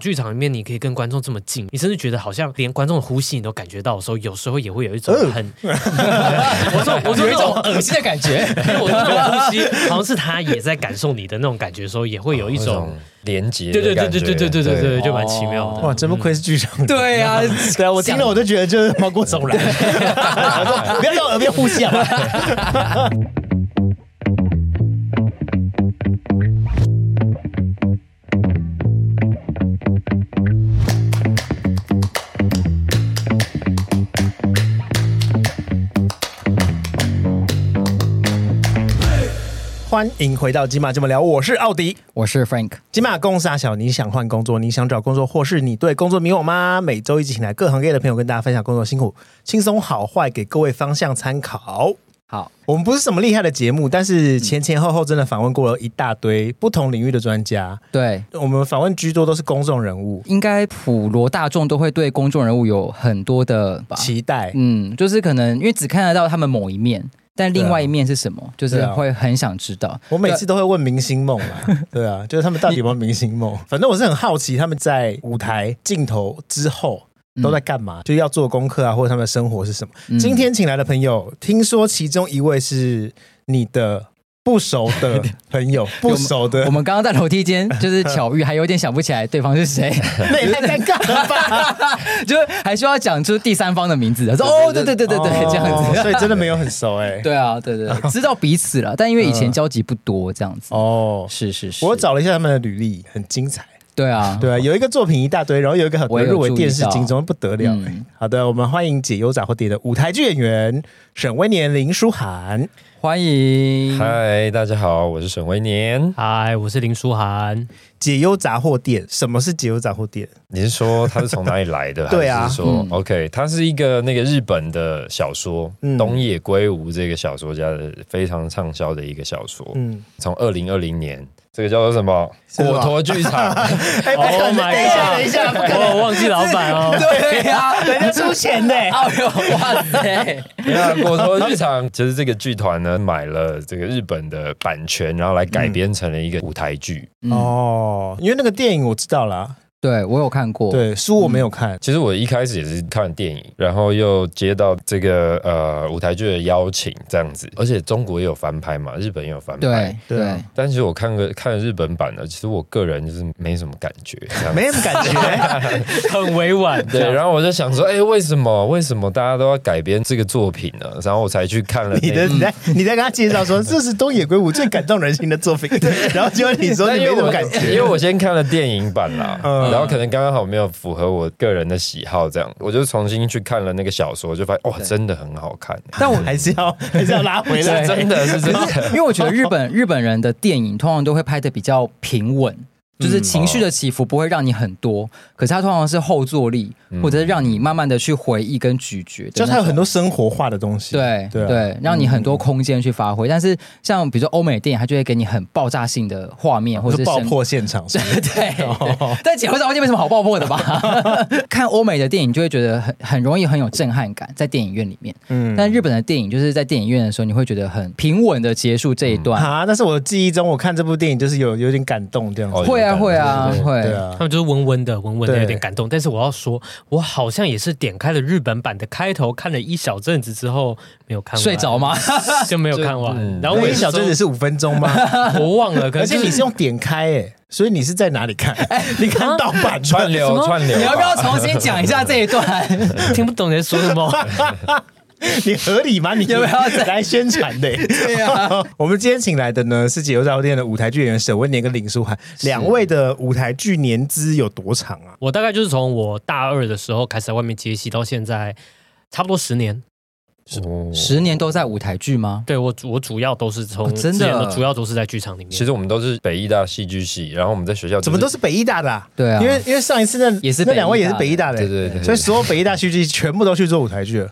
剧场里面你可以跟观众这么近，你甚至觉得好像连观众的呼吸你都感觉到的时候，有时候也会有一种嗯很，我说我说有一那种种恶心的感觉，因为我那种 呼吸，好像是他也在感受你的那种感觉的时候，也会有一那种，连接的对对对感觉。对对对对对对，就蛮奇妙的。哦哇，真不愧是剧场。对啊，对啊，我听了我都觉得就是毛骨 悚然。我说不要在我耳边呼吸好吗？欢迎回到金马这么聊，我是奥迪。我是 Frank，金马公司大小，你想换工作，你想找工作，或是你对工作迷惘吗？每周一起请来各行各业的朋友跟大家分享工作辛苦、轻松、好坏，给各位方向参考。好，我们不是什么厉害的节目，但是前前后后真的访问过了一大堆不同领域的专家。对，我们访问居多都是公众人物，应该普罗大众都会对公众人物有很多的吧，期待。嗯，就是可能因为只看得到他们某一面，但另对啊外一面是什么，就是对啊会很想知道。我每次都会问明星梦 啦，对啊，就是他们到底有没有明星梦？反正我是很好奇他们在舞台镜头之后嗯都在干嘛，就要做功课啊，或者他们的生活是什么。嗯今天请来的朋友，听说其中一位是你的不熟 的朋友，不熟的我，们刚刚在楼梯间就是巧遇，还有点想不起来对方是谁， 那也太尴尬了吧？就是还需要讲出第三方的名字。他说：“哦，对对 对对对，这样哦子。所以真的没有很熟哎、” 对啊，对对，对知道彼此了，但因为以嗯前交集不多，这样子。哦，是是是，我找了一下他们的履历，很精彩。对啊，对啊，有一个作品一大堆，然后有一个很我多也有入围注意电视金到钟，不得了、欸嗯好的，我们欢迎解忧杂货店的舞台剧演员沈威年、林书涵。欢迎。 嗨，大家好，我是沈威年。嗨，我是林书涵，解忧杂货店，什么是解忧杂货 店？你是说他是从哪里来的？对啊还是说嗯 OK，他是一个那个日本的小说，嗯东野圭吾这个小说家的非常畅销的一个小说。嗯，从二零二零年，这个叫做什么？吗果陀剧 场。哎、不可 Oh 能 my 等一下， God 等一下，不可能，我忘记老板哦。 对 啊，人家 出钱的、欸。哎呦，哇 塞！那啊果陀剧场就是这个剧团呢，买了这个日本的版权，然后来嗯改编成了一个舞台剧。哦，哦，因为那个电影我知道啦，对我有嗯看过。对，书我没有看。其实我一开始也是看电影，然后又接到这个呃舞台剧的邀请，这样子。而且中国也有翻拍嘛，日本也有翻拍对。对啊对，但其实我看个看了日本版的，其实我个人就是没什么感觉，这 样子没什么感觉，很委 婉，这对，样然后我就想说，哎、为什么为什么大家都要改编这个作品呢？然后我才去看了你那的你在你在跟他介绍说这是东野圭吾最感动人心的作品，然后结果你说但你因没为我什么感觉，因为我先看了电影版啦，嗯然后可能刚刚好没有符合我个人的喜好，这样我就重新去看了那个小说，就发现哇，对真的很好看，但我还是要还是要拉回来是。真的 是真的。因为我觉得日 本日本人的电影通常都会拍的比较平稳，嗯就是情绪的起伏不会让你很哦多，可是它通常是后坐力，或者是让你慢慢的去回忆跟咀嚼的那嗯就种，它有很多生活化的东西，对对啊对，让你很多空间去发挥。但是像比如说欧美电影，它就会给你很爆炸性的画面或者是是哦爆声破现 场，是不是对 对，但结婚照婚就没什么好爆破的吧？哦看欧美的电影就会觉得很很容易很有震撼感，在电影院里面。嗯，但日本的电影就是在电影院的时候，你会觉得很平稳的结束这一段。啊，但是我记忆中我看这部电影就是有有点感动这样哦子，会啊会啊对对会，对啊他，们就是温温的，温温的，对有点感动。但是我要说，我好像也是点开了日本版的开头，看了一小阵子之后没有看完，睡着吗？ 就没有看就完嗯。然后那我一小阵子是是 五分钟吗？我忘了，可而能就且你是用点开诶，所以你是在哪里看？你看盗版的 串流串流吧，你要不要重新讲一下这一段？听不懂你在说什么。 你合理吗？你有没有在来宣传的、对啊， 我们今天请来的呢是解忧杂货店的舞台剧演员沈温年跟林书涵，两位的舞台剧年资有多长啊？我大概就是从我大二的时候开始在外面接戏，到现在差不多十年。哦十年都在舞台剧吗？对我主，我主要都是从、哦真的之前主要都是在剧场里面。其实我们都是北艺大戏剧系，然后我们在学校就怎么都是北医大的、啊？对啊因为因为上一次那也是那北艺大的两位也是北医大的、对对对对所以所有北医大戏剧全部都去做舞台剧了。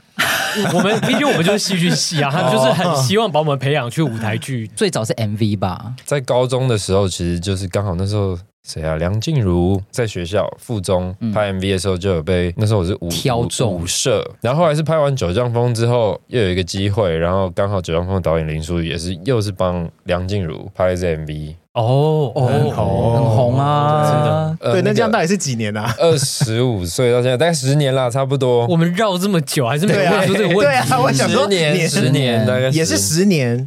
我们毕竟我们就是戏剧系啊，他们就是很希望把我们培养去舞台剧。最早是 MV 吧？在高中的时候，其实就是刚好那时候谁啊？梁静茹在学校附中嗯拍 MV 的时候就有被，那时候我是舞挑中舞社，然后后来是拍完《九降风》之后又有一个机会，然后刚好《九降风》的导演林书宇也是又是帮梁静茹拍这 MV，哦很红很红真的啊，呃对，那这样到底是几年 啊？二十五岁到现在大概十年啦，差不多。我们绕这么久还是没有问出这个问题。对啊，我想说十年，年十年，大概也是十年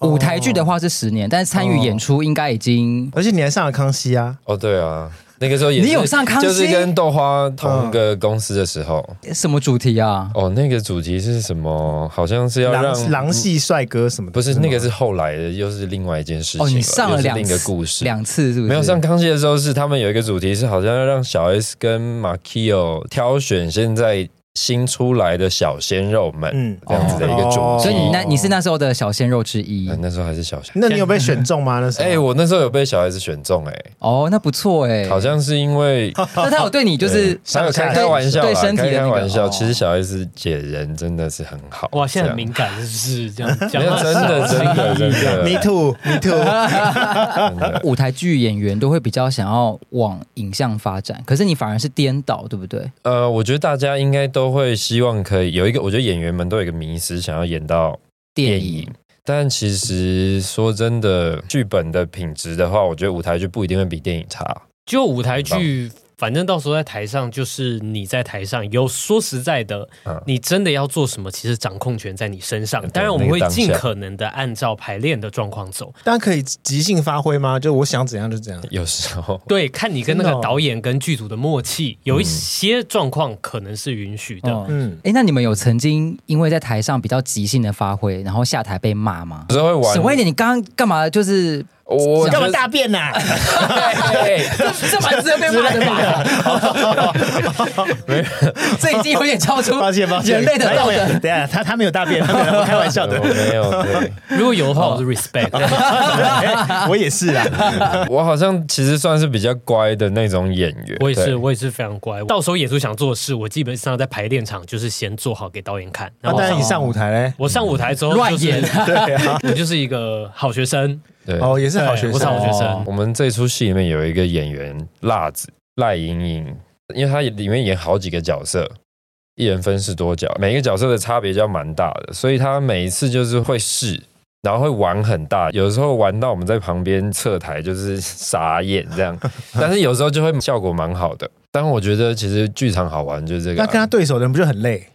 舞台剧的，话是十年，但是参与演出应该已经哦而且你还上了康熙啊，哦，对啊，那个时候也是你有上康熙嗯就是跟豆花同个公司的时候。什么主题啊？哦，那个主题是什么？好像是要让狼狼系帅哥什么的？不是吗那个是后来的，又是另外一件事情了。哦，你上了又是两另一次个故事，两次是不是？没有上康熙的时候是他们有一个主题是好像要让小 S 跟马 k i o 挑选现在新出来的小鲜肉们，嗯这样子的一个主题。哦所以你那你是那时候的小鲜肉之一啊那时候还是小鲜。那你有被选中吗？那时候哎、我那时候有被小 S 选中、哎，哦，那不错哎。好像是因为那他有对你就是他有上开下开玩笑啦，对身体的开那开个玩笑。哦其实小 S 姐人真的是很好，哇，现在很啊这样敏感是不是？这 样讲没有话真的真的真的，me too，me too，啊真的舞台剧演员都会比较想要往影像发展，可是你反而是颠倒，对不对？呃，我觉得大家应该都会希望可以有一个，我觉得演员们都有一个迷思，想要演到电电影影。但其实说真的，剧本的品质的话，我觉得舞台剧不一定会比电影差。就舞台剧，反正到时候在台上就是你在台上有说实在的，嗯你真的要做什么，其实掌控权在你身上对。当然，我们会那个当下尽可能的按照排练的状况走。但可以即兴发挥吗？就我想怎样就怎样。有时候，对，看你跟那真的个哦导演跟剧组的默契，哦有一些状况可能是允许的。嗯，嗯，哎，那你们有曾经因为在台上比较即兴的发挥，然后下台被骂吗有？时候会沈威玩。廉，你刚刚干嘛？就是我干干嘛大便呐？这 这蛮值得被骂的吧？ 这已经有点超出 抱歉，抱歉，哎人类的道没有没有等德。一下，他他没有大便，他没 有我开玩笑我的。没有，对，如果有的哦话，我是 respect。 哎我也是啊，我好像其实算是比较乖的那种演员。我也是，对，我也是非常乖。到时候演出想做的事，我基本上在排练场就是先做好给导演看，然那后当啊然上你上舞台 嘞，我上舞台之后乱就是演对啊，我就是一个好学生，对。哦，也是好学对我是生好学生哦。我们这出戏里面有一个演员辣子赖莹莹，因为她里面演好几个角色，一人分饰多角，每一个角色的差别就要蛮大的，所以她每一次就是会试。然后会玩很大，有时候玩到我们在旁边侧台就是傻眼这样，但是有时候就会效果蛮好的。但我觉得其实剧场好玩就是这个那跟他啊、对手的人不就很累？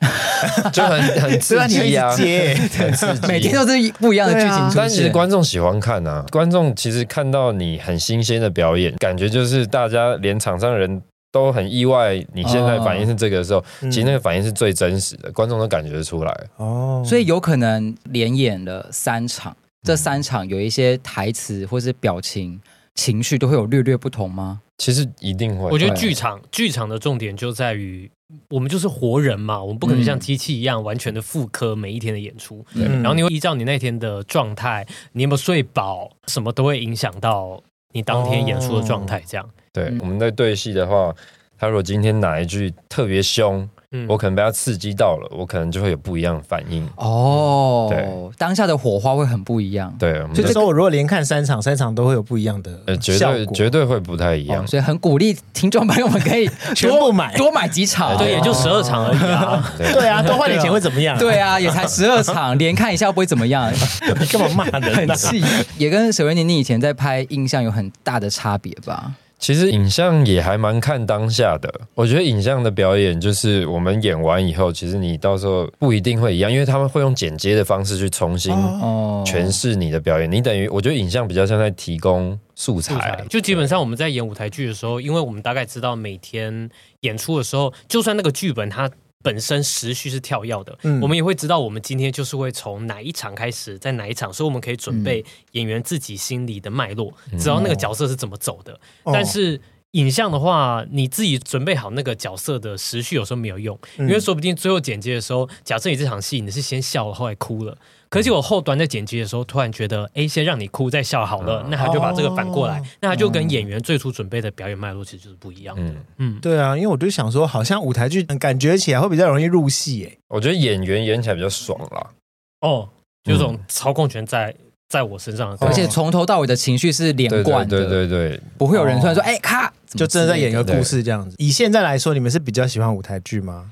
就很 很虽刺然你会一激啊直，接， 很刺激。每天都是不一样的剧情出但其实现。观众喜欢看啊，观众其实看到你很新鲜的表演，感觉就是大家连场上人都很意外，你现在反应是这个的时候，嗯其实那个反应是最真实的，观众都感觉得出来。哦所以有可能连演了三场，这三场有一些台词或是表情、情绪都会有略略不同吗？其实一定会，我哦觉得对剧场剧场的重点就在于，我们就是活人嘛，我们不可能像机器一样完全的复刻每一天的演出。嗯然后你会依照你那天的状态，你有没有睡饱，什么都会影响到你当天演出的状态。这样，对、嗯我们在对戏的话，他如果今天哪一句特别凶，嗯我可能被他刺激到了，我可能就会有不一样的反应。哦对，当下的火花会很不一样，对，我所们以就这时候我如果连看三场，三场都会有不一样的呃绝效对果，绝对会不太一样哦。所以很鼓励听众朋友们 可以全多部买多买几场，哦对，也就十二场而已啊。对对啊，多花点钱会怎么样？对啊，也才十二场， 连看一下不会怎么 样，你干嘛骂人啊很呢？气。也跟沈维宁你以前在拍印象有很大的差别吧？其实影像也还蛮看当下的，我觉得影像的表演就是我们演完以后，其实你到时候不一定会一样，因为他们会用剪接的方式去重新哦，诠释你的表演。你等于我觉得影像比较像在提供素材，就基本上我们在演舞台剧的时候，因为我们大概知道每天演出的时候，就算那个剧本它本身时序是跳跃的，嗯我们也会知道我们今天就是会从哪一场开始，在哪一场，所以我们可以准备演员自己心里的脉络，知道那个角色是怎么走的。哦但是影像的话，你自己准备好那个角色的时序有时候没有用，嗯因为说不定最后剪接的时候，假设你这场戏你是先笑了，后来哭了。可是我后端在剪辑的时候，突然觉得，哎，先让你哭再笑好了，那他就把这个反过来哦，那他就跟演员最初准备的表演脉络其实就是不一样的。嗯，嗯，对啊，因为我就想说，好像舞台剧嗯感觉起来会比较容易入戏耶。欸我觉得演员演起来比较爽啦。哦，就这种操控权在在我身上的而感觉，且从头到尾的情绪是连对对贯的，对哦对对，不会有人突然说哎咔，就真的在演一一个故事这样子。以现在来说，你们是比较喜欢舞台剧吗？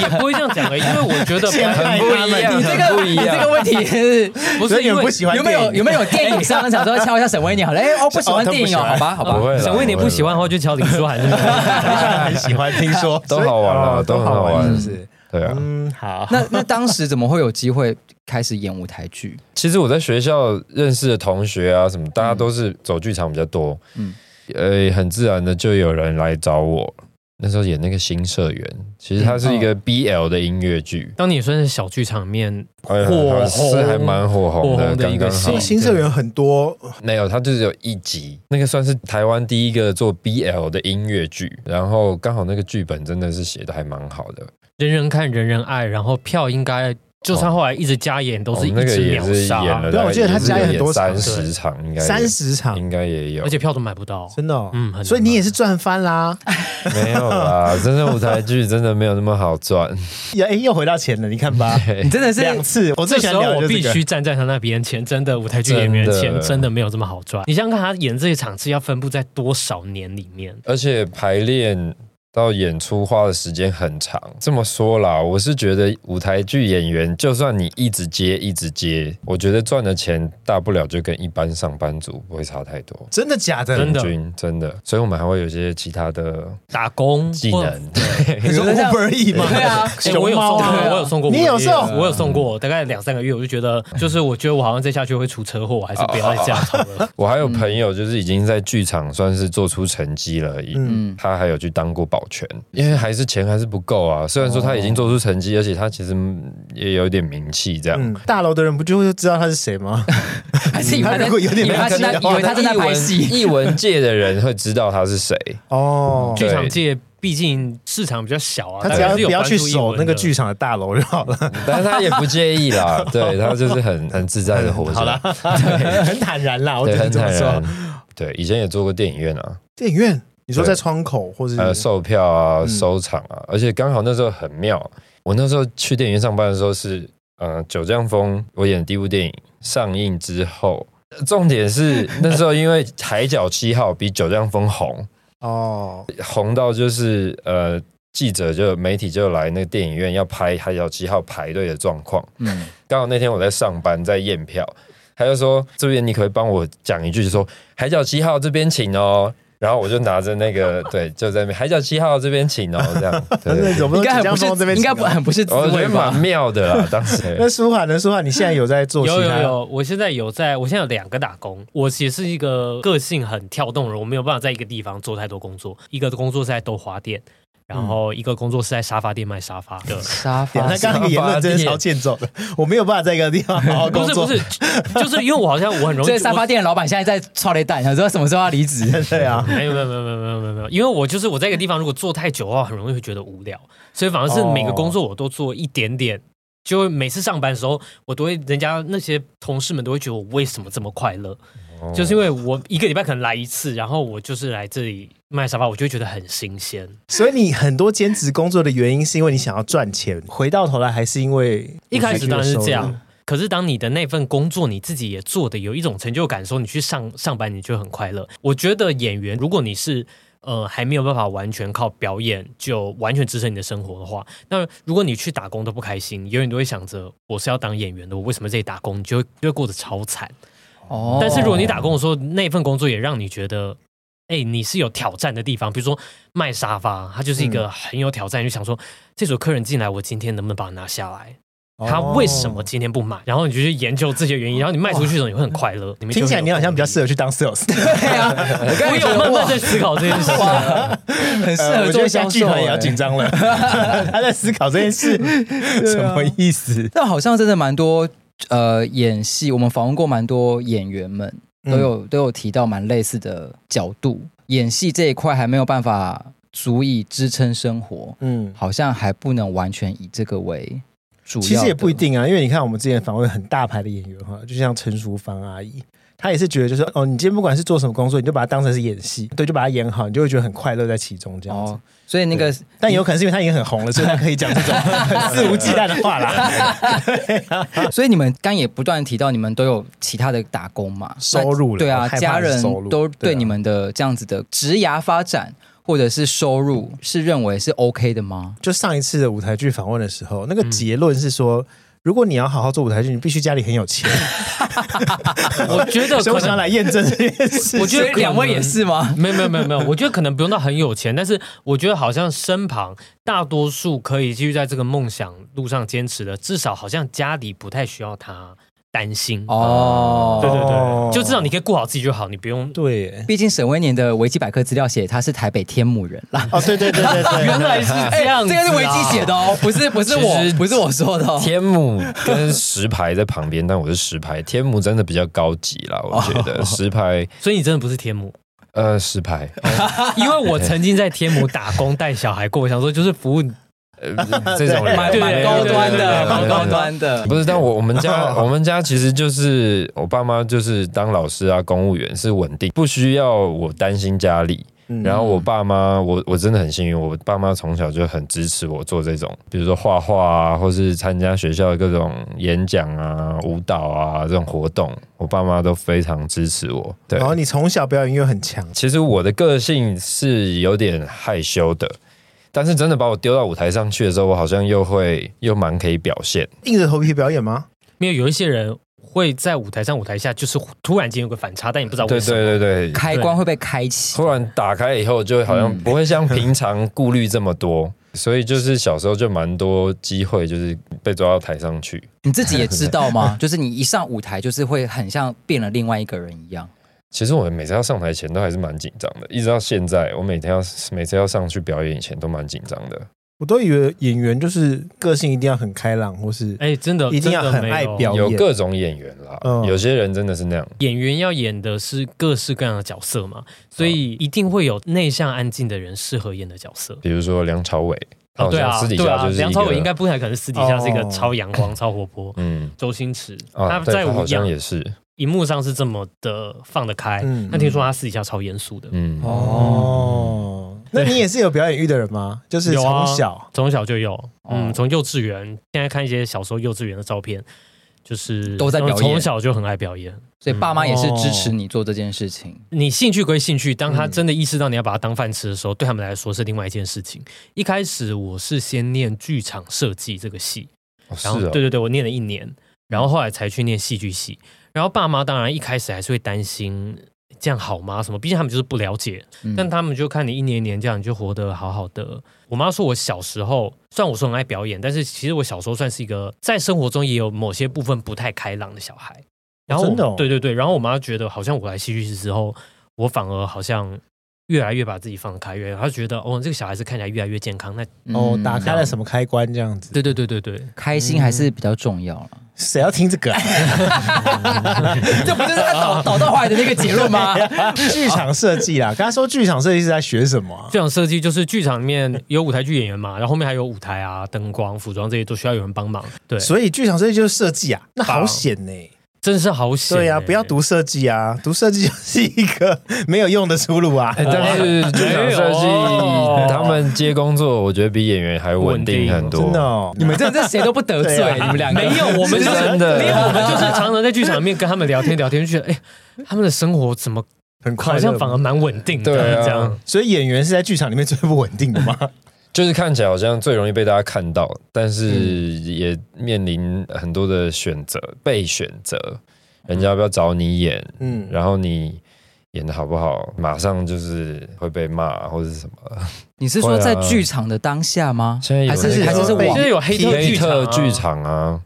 也不会这样讲的，因为我觉得陷害很他不们一样，你这很个不一你这样个。问题是不所是以你因们为不喜欢有没电影有有没有电影上想说敲一下沈威你好了，哎哦不喜欢电影哦，好吧好不吧，会啦呃想问你不喜欢的话，就敲林书涵是吧 很喜欢，听 说都好玩啊哦都都很好好玩玩，是不是？对啊，嗯，好。那那当时怎么会有机会开始演舞台剧？其实我在学校认识的同学啊，什么大家都是走剧场比较多，嗯嗯，呃，很自然的就有人来找我。那时候演那个新社员，其实它是一个 BL 的音乐剧，当你算是小剧场里面，哎火红是还蛮火红火的，红的一刚个刚好戏新。新社员很多，没有，它就只有一集，那个算是台湾第一个做 BL 的音乐剧，然后刚好那个剧本真的是写的还蛮好的，人人看人人爱，然后票应该就算后来一直加演都我是们一哦那个直也秒是杀，演了大概也是有演，对我记得他加很多场三十场，应该也三十场，应该也有而，且票都买不到，真的哦，嗯，很难所以你也是赚翻啦。 没有啦，真的舞台剧真的没有那么好赚。 呀，哎，又回到钱了，你看吧，你真的是两次，我最这喜时欢候聊的我就是必这个须站在他那边前，真的舞台剧演员真钱的真的没有这么好赚。你想想看，他演这些场次要分布在多少年里面？而且排练到演出花的时间很长。这么说啦，我是觉得舞台剧演员，就算你一直接一直接，我觉得赚的钱大不了就跟一般上班族不会差太多。真的假的？真的平均真的，所以我们还会有一些其他的打工技嗯或能。你说有的像 Uber E 吗？对啊哎我熊有送猫过，啊，我有送过，你有送我有送过，大概两三个月，我就觉 得，就是我觉得我好像再下去会出车祸，我哦还是不要再这样好了。我还有朋友就是已经在剧场算是做出成绩了而已。嗯，嗯他还有去当过保全，因为还是钱还是不够啊。哦虽然说他已经做出成绩，而且他其实也有一点名气，这样、嗯，大楼的人不就会知道他是谁吗？还是以为他他如果有点以为他名气正在的以话哦为他正在拍戏，艺文界的人会知道他 是谁。哦，剧 对场界毕竟市场比较小啊，他只大家要是有不要关去注英守文那的个剧场的大楼就好了，但是他也不介意啦，对他就是很很自在的活着，好啦，很坦然啦，我只对，能很这么坦说然。。啊对，以前也做过电影院啊，电影院，你说在对窗口或是呃，售票啊、嗯收场啊，而且刚好那时候很妙，我那时候去电影院上班的时候是，呃，《九降风》我演的第一部电影上映之后，呃重点是那时候因为《海角七号》比《九降风》红，哦，红到就是呃。记者就媒体就来那个电影院要拍《海角七号》排队的状况，嗯，刚好那天我在上班，在验票，他就说这边你可不可以帮我讲一句，就说海角七号这边请哦。然后我就拿着那个，对，就在那边海角七号这边请哦，这样。对对那对有没应有该很不江峰这是，边应该请不啊很不是滋我觉味得蛮吧？妙的啦，当时那舒涵呢？舒涵，你现在有在做其有有他？有，我现在有在，我现在有两个打工。我也是一个个性很跳动的人，我没有办法在一个地方做太多工作。一个工作是在豆花店，嗯然后一个工作是在沙发店卖沙发的。沙点发他刚刚那个言论真的超欠揍的，我没有办法在一个地方好好不工是作。不是，就是因为我好像我很容易 这沙发我店的老板现在在操雷蛋，想说什么时候要离职？对啊，没有没有没有没有没有没有没有，因为我就是我在一个地方如果坐太久的话，很容易会觉得无聊，所以反而是每个工作我都做一点点。就会每次上班的时候，我都会人家那些同事们都会觉得我为什么这么快乐，就是因为我一个礼拜可能来一次，然后我就是来这里卖沙发，我就会觉得很新鲜。所以你很多兼职工作的原因是因为你想要赚钱，回到头来还是因为一开始当然是这舞台剧的收入样，可是当你的那份工作你自己也做的有一种成就感的时候，你去上上班你就很快乐。我觉得演员，如果你是呃还没有办法完全靠表演就完全支撑你的生活的话，那如果你去打工都不开心，永远都会想着我是要当演员的，我为什么这里打工？你就会就会过得超惨。哦但是如果你打工的时候，那份工作也让你觉得。哎、你是有挑战的地方，比如说卖沙发，它就是一个很有挑战。你就想说，这组客人进来，我今天能不能把它拿下来？他为什么今天不买？然后你就去研究这些原因，然后你卖出去的时候你会很快乐。你们就哦听起来你好像比较适合。合去当 sales，对啊，我刚我才觉有得慢慢哇，在思考这件事。很适呃合我觉做得现在销剧售团也要欸。紧张了，哎 他在思考这件 事什啊么意思？但好像真的蛮多呃，演戏我们访问过蛮多演员们，嗯都有、都有提到蛮类似的角度，演戏这一块还没有办法足以支撑生活，嗯，好像还不能完全以这个为主要。其实也不一。定啊，因为你看我们之前访问很大牌的演员哈，就像陈淑芳阿姨，他也是觉得就是哦，你今天不管是做什么工作，你就把它当成是演戏，对，就把它演好，你就会觉得很快乐在其中这样子。哦，所以那个但有可能是因为他已经很 红了，所以他可以讲这种 很肆无忌惮的话啦。 所以你们刚也不断提到，你们都有其他的打工嘛？收入啦那对我啊，害怕家人是收入都对啊对你们的这样子的职涯发展或者是收入是认为是 OK 的吗？就上一次的舞台剧访问的时候，那个结论是说。如果你要好好做舞台剧，你必须家里很 有钱。我觉得所以可我想能要来验证这件事。我觉得所以两位也是吗？没有没有没有没有，我觉得可能不用到很有钱，但是我觉得好像身旁大多数可以继续在这个梦想路上坚持的，至少好像家里不太需要他担心。哦，对对哦对，就至少你可以顾好自己就好，你不 用。 对耶，毕竟沈威年的维基百科资料写他是台北天母人啦。哎哦，对对对对对，原来 是这样、啊这个是维基写的。哦，不是不是其我实不是我说的哦。天母跟石牌在旁边，但我是石牌，天母真的比较高级啦，我觉得石牌所以你真的不是天母， 呃石牌因为我曾经在天母打工带小孩过，我想说就是服务呃这种蛮人蛮对蛮对高对端的，对对蛮对高端的。啊不是，但我我们家我们家其实就是我爸妈就是当老师啊，公务员是稳定，不需要我担心家里。嗯然后我爸妈，我我真的很幸运，我爸妈从小就很支持我做这种，比如说画画啊，或是参加学校的各种演讲啊、舞蹈啊这种活动，我爸妈都非常支持我。对 然，后你从小表演又很强，其实我的个性是有点害羞的，但是真的把我丢到舞台上去的时候，我好像又会又蛮可以表现。硬着头皮表演吗？没有有一些人会在舞台上、舞台下，就是突然间有个反差，但你不知道为对什么。对对对，开关会被开启突然打开以后，就好像嗯不会像平常顾虑这么多，所以就是小时候就蛮多机会，就是被抓到台上去。你自己也知道 吗？就是你一上舞台，就是会很像变了另外一个人一样。其实我每次要上台前都还是蛮紧张的，一直到现在，我每天要每次要上去表演以前都蛮紧张的。我都以为演员就是个性一定要很开朗，或是哎、真的一定要真的很没有爱表演有各种演员啦，嗯有些人真的是那样，演员要演的是各式各样的角色嘛，所以一定会有内向安静的人适合演的角色。比如说梁朝伟，他哦，好对像啊，私底对下啊就，是梁一朝伟应个，该不太可能私底下是一个哦超阳光、超活 泼。嗯，周星驰，啊，他对在他舞好像阳也是，荧幕上是这么的放得开，嗯那听说他私底下超严肃的，嗯，哦。那你也是有表演欲的人吗？就是有啊从小从小就有，哦嗯，从幼稚园，现在看一些小时候幼稚园的照片，就是都在表演从小就很爱表演。所以爸妈也是支持你做这件事情。你兴趣归兴趣，当他真的意识到你要把它当饭吃的时候，对他们来说是另外一件事情。一开始我是先念剧场设计这个系，哦是然后、哦，对对对，我念了一年，然后后来才去念戏剧系。然后爸妈当然一开始还是会担心这样好吗？什么？毕竟他们就是不了解，嗯但他们就看你一年一年这样，你就活得好好的。我妈说，我小时候虽然我说很爱表演，但是其实我小时候算是一个在生活中也有某些部分不太开朗的小孩。然后我、真的哦对对对，然后我妈觉得好像我来戏剧系之后，我反而好像越来越把自己放开，越来她觉得哦，这个小孩子看起来越来越健康。那哦，打开了么？什么开关这样子？嗯对对对对对，嗯开心还是比较重要了。谁要听这个啊？嗯这不就是他 导导到坏的那个结 论吗？啊剧场设计啦，刚才说剧场设计是在学什么啊？剧场设计就是剧场里面有舞台剧演员嘛，然后后面还有舞台啊、灯光、服装这些都需要有人帮忙。对，所以剧场设计就是设计啊，那好险呢、真是好险欸、对呀、不要读设计啊，读设计就是一个 没有用的出路啊。哎但是剧场设计哦，他们接工作，我觉得比演员还稳定很多。真的、哦，你们真的是谁都不得罪对，啊你们两个没有，我们就是 真的没有，我们就是常常在剧场里面跟他们聊天聊天，就觉得哎、他们的生活怎么很快好乐像反而蛮稳定的对啊这样。所以演员是在剧场里面最不稳定的吗？ 就是看起来好像最容易被大家看到，但是也面临很多的选择，被选择，人家要不要找你演，嗯，然后你演的好不好，马上就是会被骂或者是什么。你是说在剧场的当下吗？现在有还那是个还是是被网现在有黑特黑剧场、特啊，剧场啊，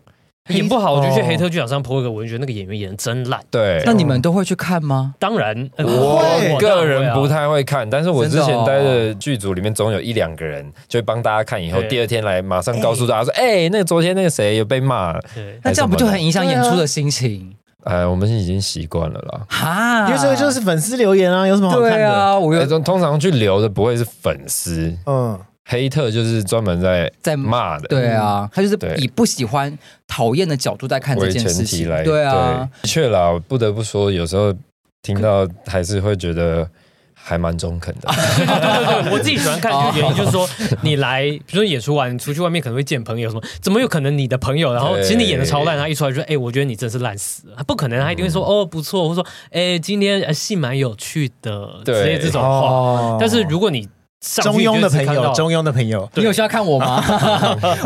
演不好，我就去黑哦特剧场上 po 一个文，觉得那个演员演的真烂。对那。你们都会去看吗？当然，呃会我个啊人不。太会看，但是我之前真的哦待的剧组里面总有一两个人就会帮大家看，以后对第二天来马上告诉大家说：“哎，那个昨天那个谁有被骂。对那这样不就很影响演出的心情？”哎，我们已经习惯了啦。哈，因为这个就是粉丝留言啊，有什么好看对的？啊，我哎有通通常去留的不会是粉丝，嗯，黑特就是专门在在骂的，嗯对啊，他就是对以不喜欢、讨厌的角度在看这为件前事提情来，。对啊，，的确啦，我不得不说，有时候听到还是会觉得还蛮中肯的。对对对对， 我自己喜欢看的原因就是说，你来，比如说演出完，你出去外面可能会见朋友什么，怎么有可能你的朋友，然后对其实你演的超烂，他一出来就说，哎、我觉得你真是烂死了，他不可能，他一定会说，哦，不错，或者说，哎、今天呃戏蛮有趣的，之对类这种话。但是如果你上中去庸的就只朋看到友，中庸的朋友， 你有需要看我吗？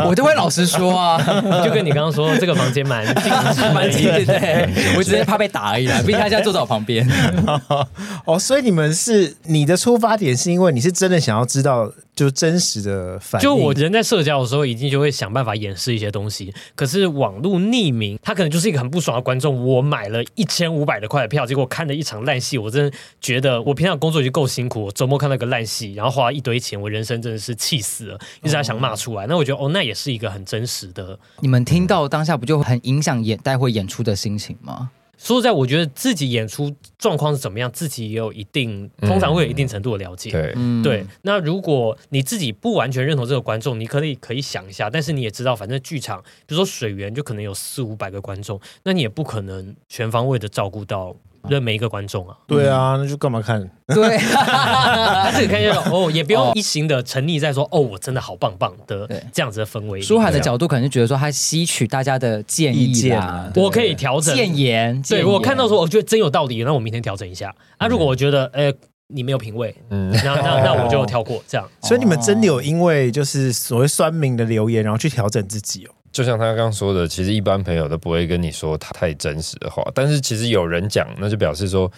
我都会老实说啊，就跟你刚刚说，这个房间蛮静 止蛮近的，对，我只是怕被打而已啦，毕竟他现在坐在我旁边。哦，所以你们是你的出发点是因为你是真的想要知道就真实的反应，就我人在社交的时候，一定就会想办法掩饰一些东西。可是网络匿名，他可能就是一个很不爽的观众。我买了一千五百的块的票，结果看了一场烂戏，我真的觉得我平常工作已经够辛苦，我周末看到一个烂戏，然后花一堆钱，我人生真的是气死了，一直在想骂出来。那我觉得哦，那也是一个很真实的。你们听到当下不就很影响演待会演出的心情吗？说实在，我觉得自己演出状况是怎么样，自己也有一定，通常会有一定程度的了解。对，嗯，对，那如果你自己不完全认同这个观众，你可以可以想一下，但是你也知道，反正剧场，比如说水源就可能有四五百个观众，那你也不可能全方位的照顾到任每一个观众 啊。对啊，那就干嘛看？对，他自己看一下哦，也不哦用一心的沉溺在说哦，我真的好棒棒的对这样子的氛围里。舒涵的对啊，角度可能就觉得说他吸取大家的建意议见啦啊，对我可以调整。建言，对建我言看到说，哦我觉得真有道理，那我明天调整一下。啊，如果我觉得呃你没有品 味，嗯，那那那我就跳过这样。所以你们真的哦有因为就是所谓酸民的留言，然后去调整自己哦。就像他刚刚说的，其实一般朋友都不会跟你说他太真实的话，但是其实有人讲，那就表示说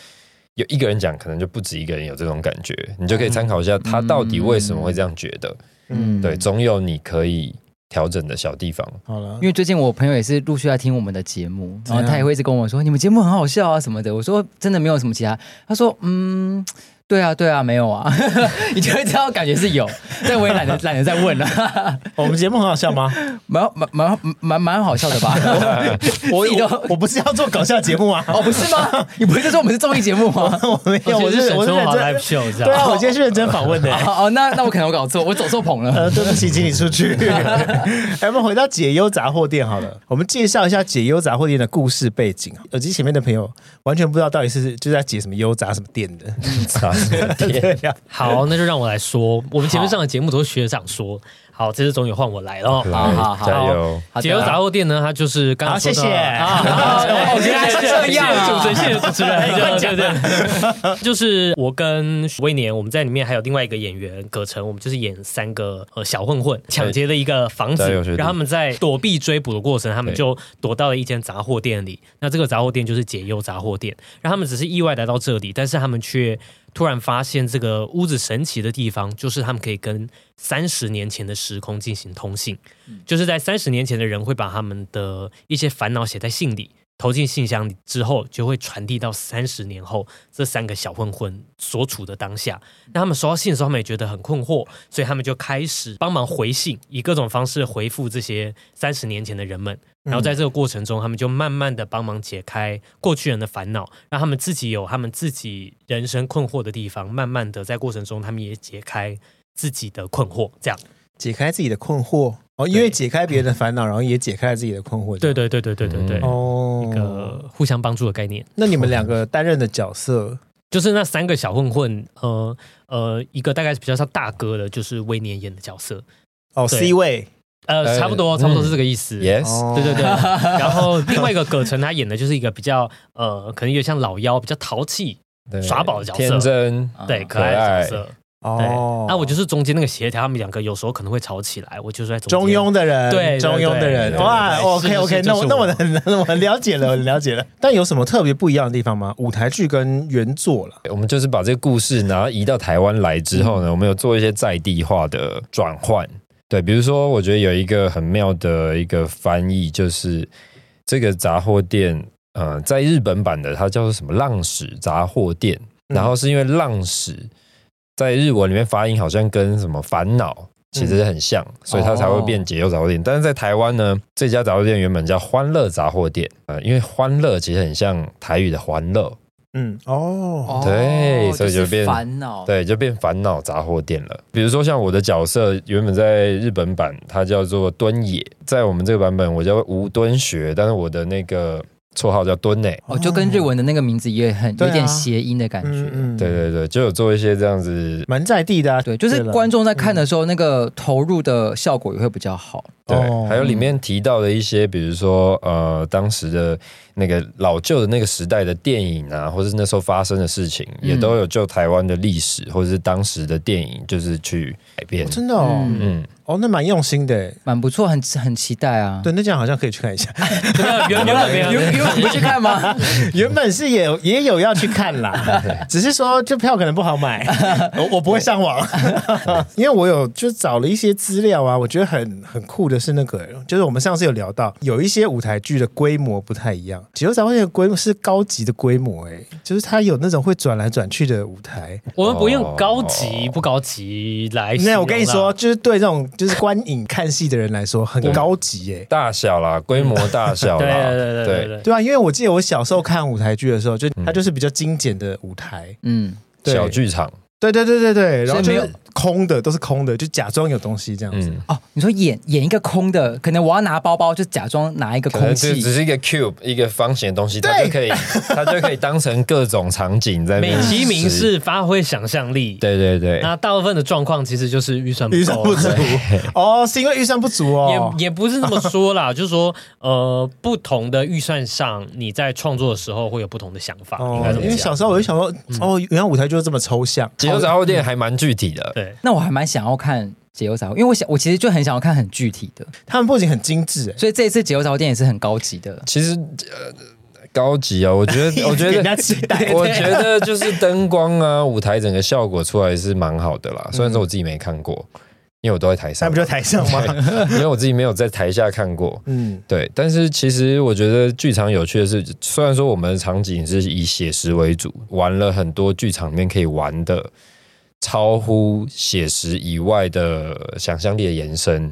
有一个人讲，可能就不止一个人有这种感觉，你就可以参考一下他到底为什么会这样觉得。嗯，对，总有你可以调整的小地方。好了哦因，为最近我朋友也是陆续在听我们的节目，怎然样后他也会一直跟我说你们节目很好笑啊什么的。我说真的没有什么其他，他说嗯。对啊，对啊，没有啊， 你就会知道，感觉是有，但我也懒得懒得再问了，我们节目很好笑 吗？蛮蛮蛮蛮蛮好笑的吧？我自己都我我不是要做搞笑节目吗？ 啊哦，不是吗？你不是说我们是综艺节目吗？ 我没有，我我是沈我是春认华 live 真。 show 这对样。啊，我今天是认真访问的、欸哦哦，那那我可能有搞错，我走错棚了。呃，对不起，请你出去。 哎，我们回到解忧杂货店好了，我们介绍一下解忧杂货店的故事背景。啊耳机前面的朋友完全不知道到底是就是在解什么忧杂什么店的。嗯 对呀、 好，那就让我来说。我们前面上的节目都是学长说，好，这次终于换我来了哦。来好好加油！好的解忧杂货店呢，它就是刚刚好说的谢谢啊好好 哦谢谢原来是谢谢这样啊主持人，谢谢主持人，对对对，就是我跟许威年，我们在里面还有另外一个演员葛晨，我们就是演三个呃小混混抢劫了一个房子加油学，弟然后他们在躲避追捕的过程，他们对就躲到了一间杂货店里。那这个杂货店就是解忧杂货店，然后他们只是意外来到这里，但是他们却突然发现这个屋子神奇的地方，就是他们可以跟三十年前的时空进行通信。就是在三十年前的人会把他们的一些烦恼写在信里，投进信箱里之后，就会传递到三十年后这三个小混混所处的当下。那他们收到信的时候，他们也觉得很困惑，所以他们就开始帮忙回信，以各种方式回复这些三十年前的人们。嗯然嗯后在这个过程中，他们就慢慢的帮忙解开过去人的烦恼，让他们自己有他们自己人生困惑的地方，慢慢的在过程中，他们也解开自己的困惑，这样。解开自己的困惑哦，因为解开别人的烦恼，然后也解开了自己的困惑。对对对对对对对。哦，一个互相帮助的概念，那你们两个担任的角色，就是那三个小混混，呃呃，一个大概是比较像大哥的，就是威廉演的角色，哦对，C 位，呃，哎呃差不多，嗯差不多是这个意思。 Yes，哦对 对对，然后另外一个葛晨他演的就是一个比较呃，可能有点像老妖，比较淘气，对耍宝的角色天真，对，啊可爱的角色。对，哦，那我就是中间那个协调，他们两个有时候可能会吵起来，我就是在中间。庸的人，对对中庸的人，对对哇对，OK 是 OK，是那我就是那我我很那我 很了解了，我很了解了。但有什么特别不一样的地方吗？舞台剧跟原作了，我们就是把这个故事，然后移到台湾来之后呢，我们有做一些在地化的转换。对，比如说，我觉得有一个很妙的一个翻译，就是这个杂货店，呃，在日本版的它叫做什么“浪矢杂货店”，嗯然后是因为“浪矢”在日文里面发音好像跟什么“烦恼”其实很像，所以它才会变解忧杂货店。但是在台湾呢，这家杂货店原本叫“欢乐杂货店”，呃，因为“欢乐”其实很像台语的“欢乐”，嗯，哦，哦对所以就是变烦恼，对，就变烦恼杂货店了。比如说像我的角色，原本在日本版它叫做敦野，在我们这个版本我叫吴敦学，但是我的那个绰号叫敦欸内。哦，就跟日文的那个名字也很对啊有点谐音的感嗯觉。嗯，对，对对，就有做一些这样子，蛮在地的啊，对，就是了观众在看的时候，那个投入的效果也会比较好。对，哦还有嗯里面提到的一些，比如说呃，当时的那个老旧的那个时代的电影啊，或是那时候发生的事情，也嗯都有就台湾的历史或者是当时的电影，就是去改编哦。真的哦，嗯嗯，哦，那蛮用心的耶，蛮不错，很很期待啊。对，那这样好像可以去看一下。真的原原 本没有 有有有去 看吗？原本是也也有要去看啦，只是说这票可能不好买，我我不会上网， 因为我有就找了一些资料啊，我觉得很很酷的是那个，就是我们上次有聊到，有一些舞台剧的规模不太一样，《解忧杂货店》的规模是高级的规模、欸，哎，就是它有那种会转来转去的舞台。我们不用高级不高级来形容哦那啦。我跟你说，就是对这种就是观影看戏的人来说，很对高级哎、欸大小啦，规模大 小啦，对，对对对对对，对啊，因为我记得我小时候看舞台剧的时候，就它就是比较精简的舞台，嗯，对小剧场，对对对对对，然后就所以没有是空的，都是空的，就假装有东西这样子。嗯，哦，你说演演一个空的，可能我要拿包包，就假装拿一个可能空就只气。是一个 cube 一个方形的东西，它对就可以它就可以当成各种场景在那美边其名使用，是发挥想象力，对对对，那大部分的状况其实就是预算预不算够不。足哦，是因为预算不足哦。也也不是那么说啦， 就是说，呃，不同的预算上，你在创作的时候会有不同的想法，应哦该，怎因么为小讲？时嗯候我就想说，哦，原来舞台就是这么抽象。解忧杂货店还蛮具体的，对，那我还蛮想要看解忧杂货，因为我想我其实就很想要看很具体的，他们不仅很精致，所以这一次解忧杂货店也是很高级的。其实呃高级啊，我觉哎得我觉 给人家得期待，我觉得就是灯光啊，舞台整个效果出来是蛮好的啦。虽然说我自己没看过，因为我都在台那上不，就台上吗？因为我自己没有在台下看过。嗯，对，但是其实我觉得剧场有趣的是，虽然说我们的场景是以写实为主，玩了很多剧场里面可以玩的超乎写实以外的想象力的延伸，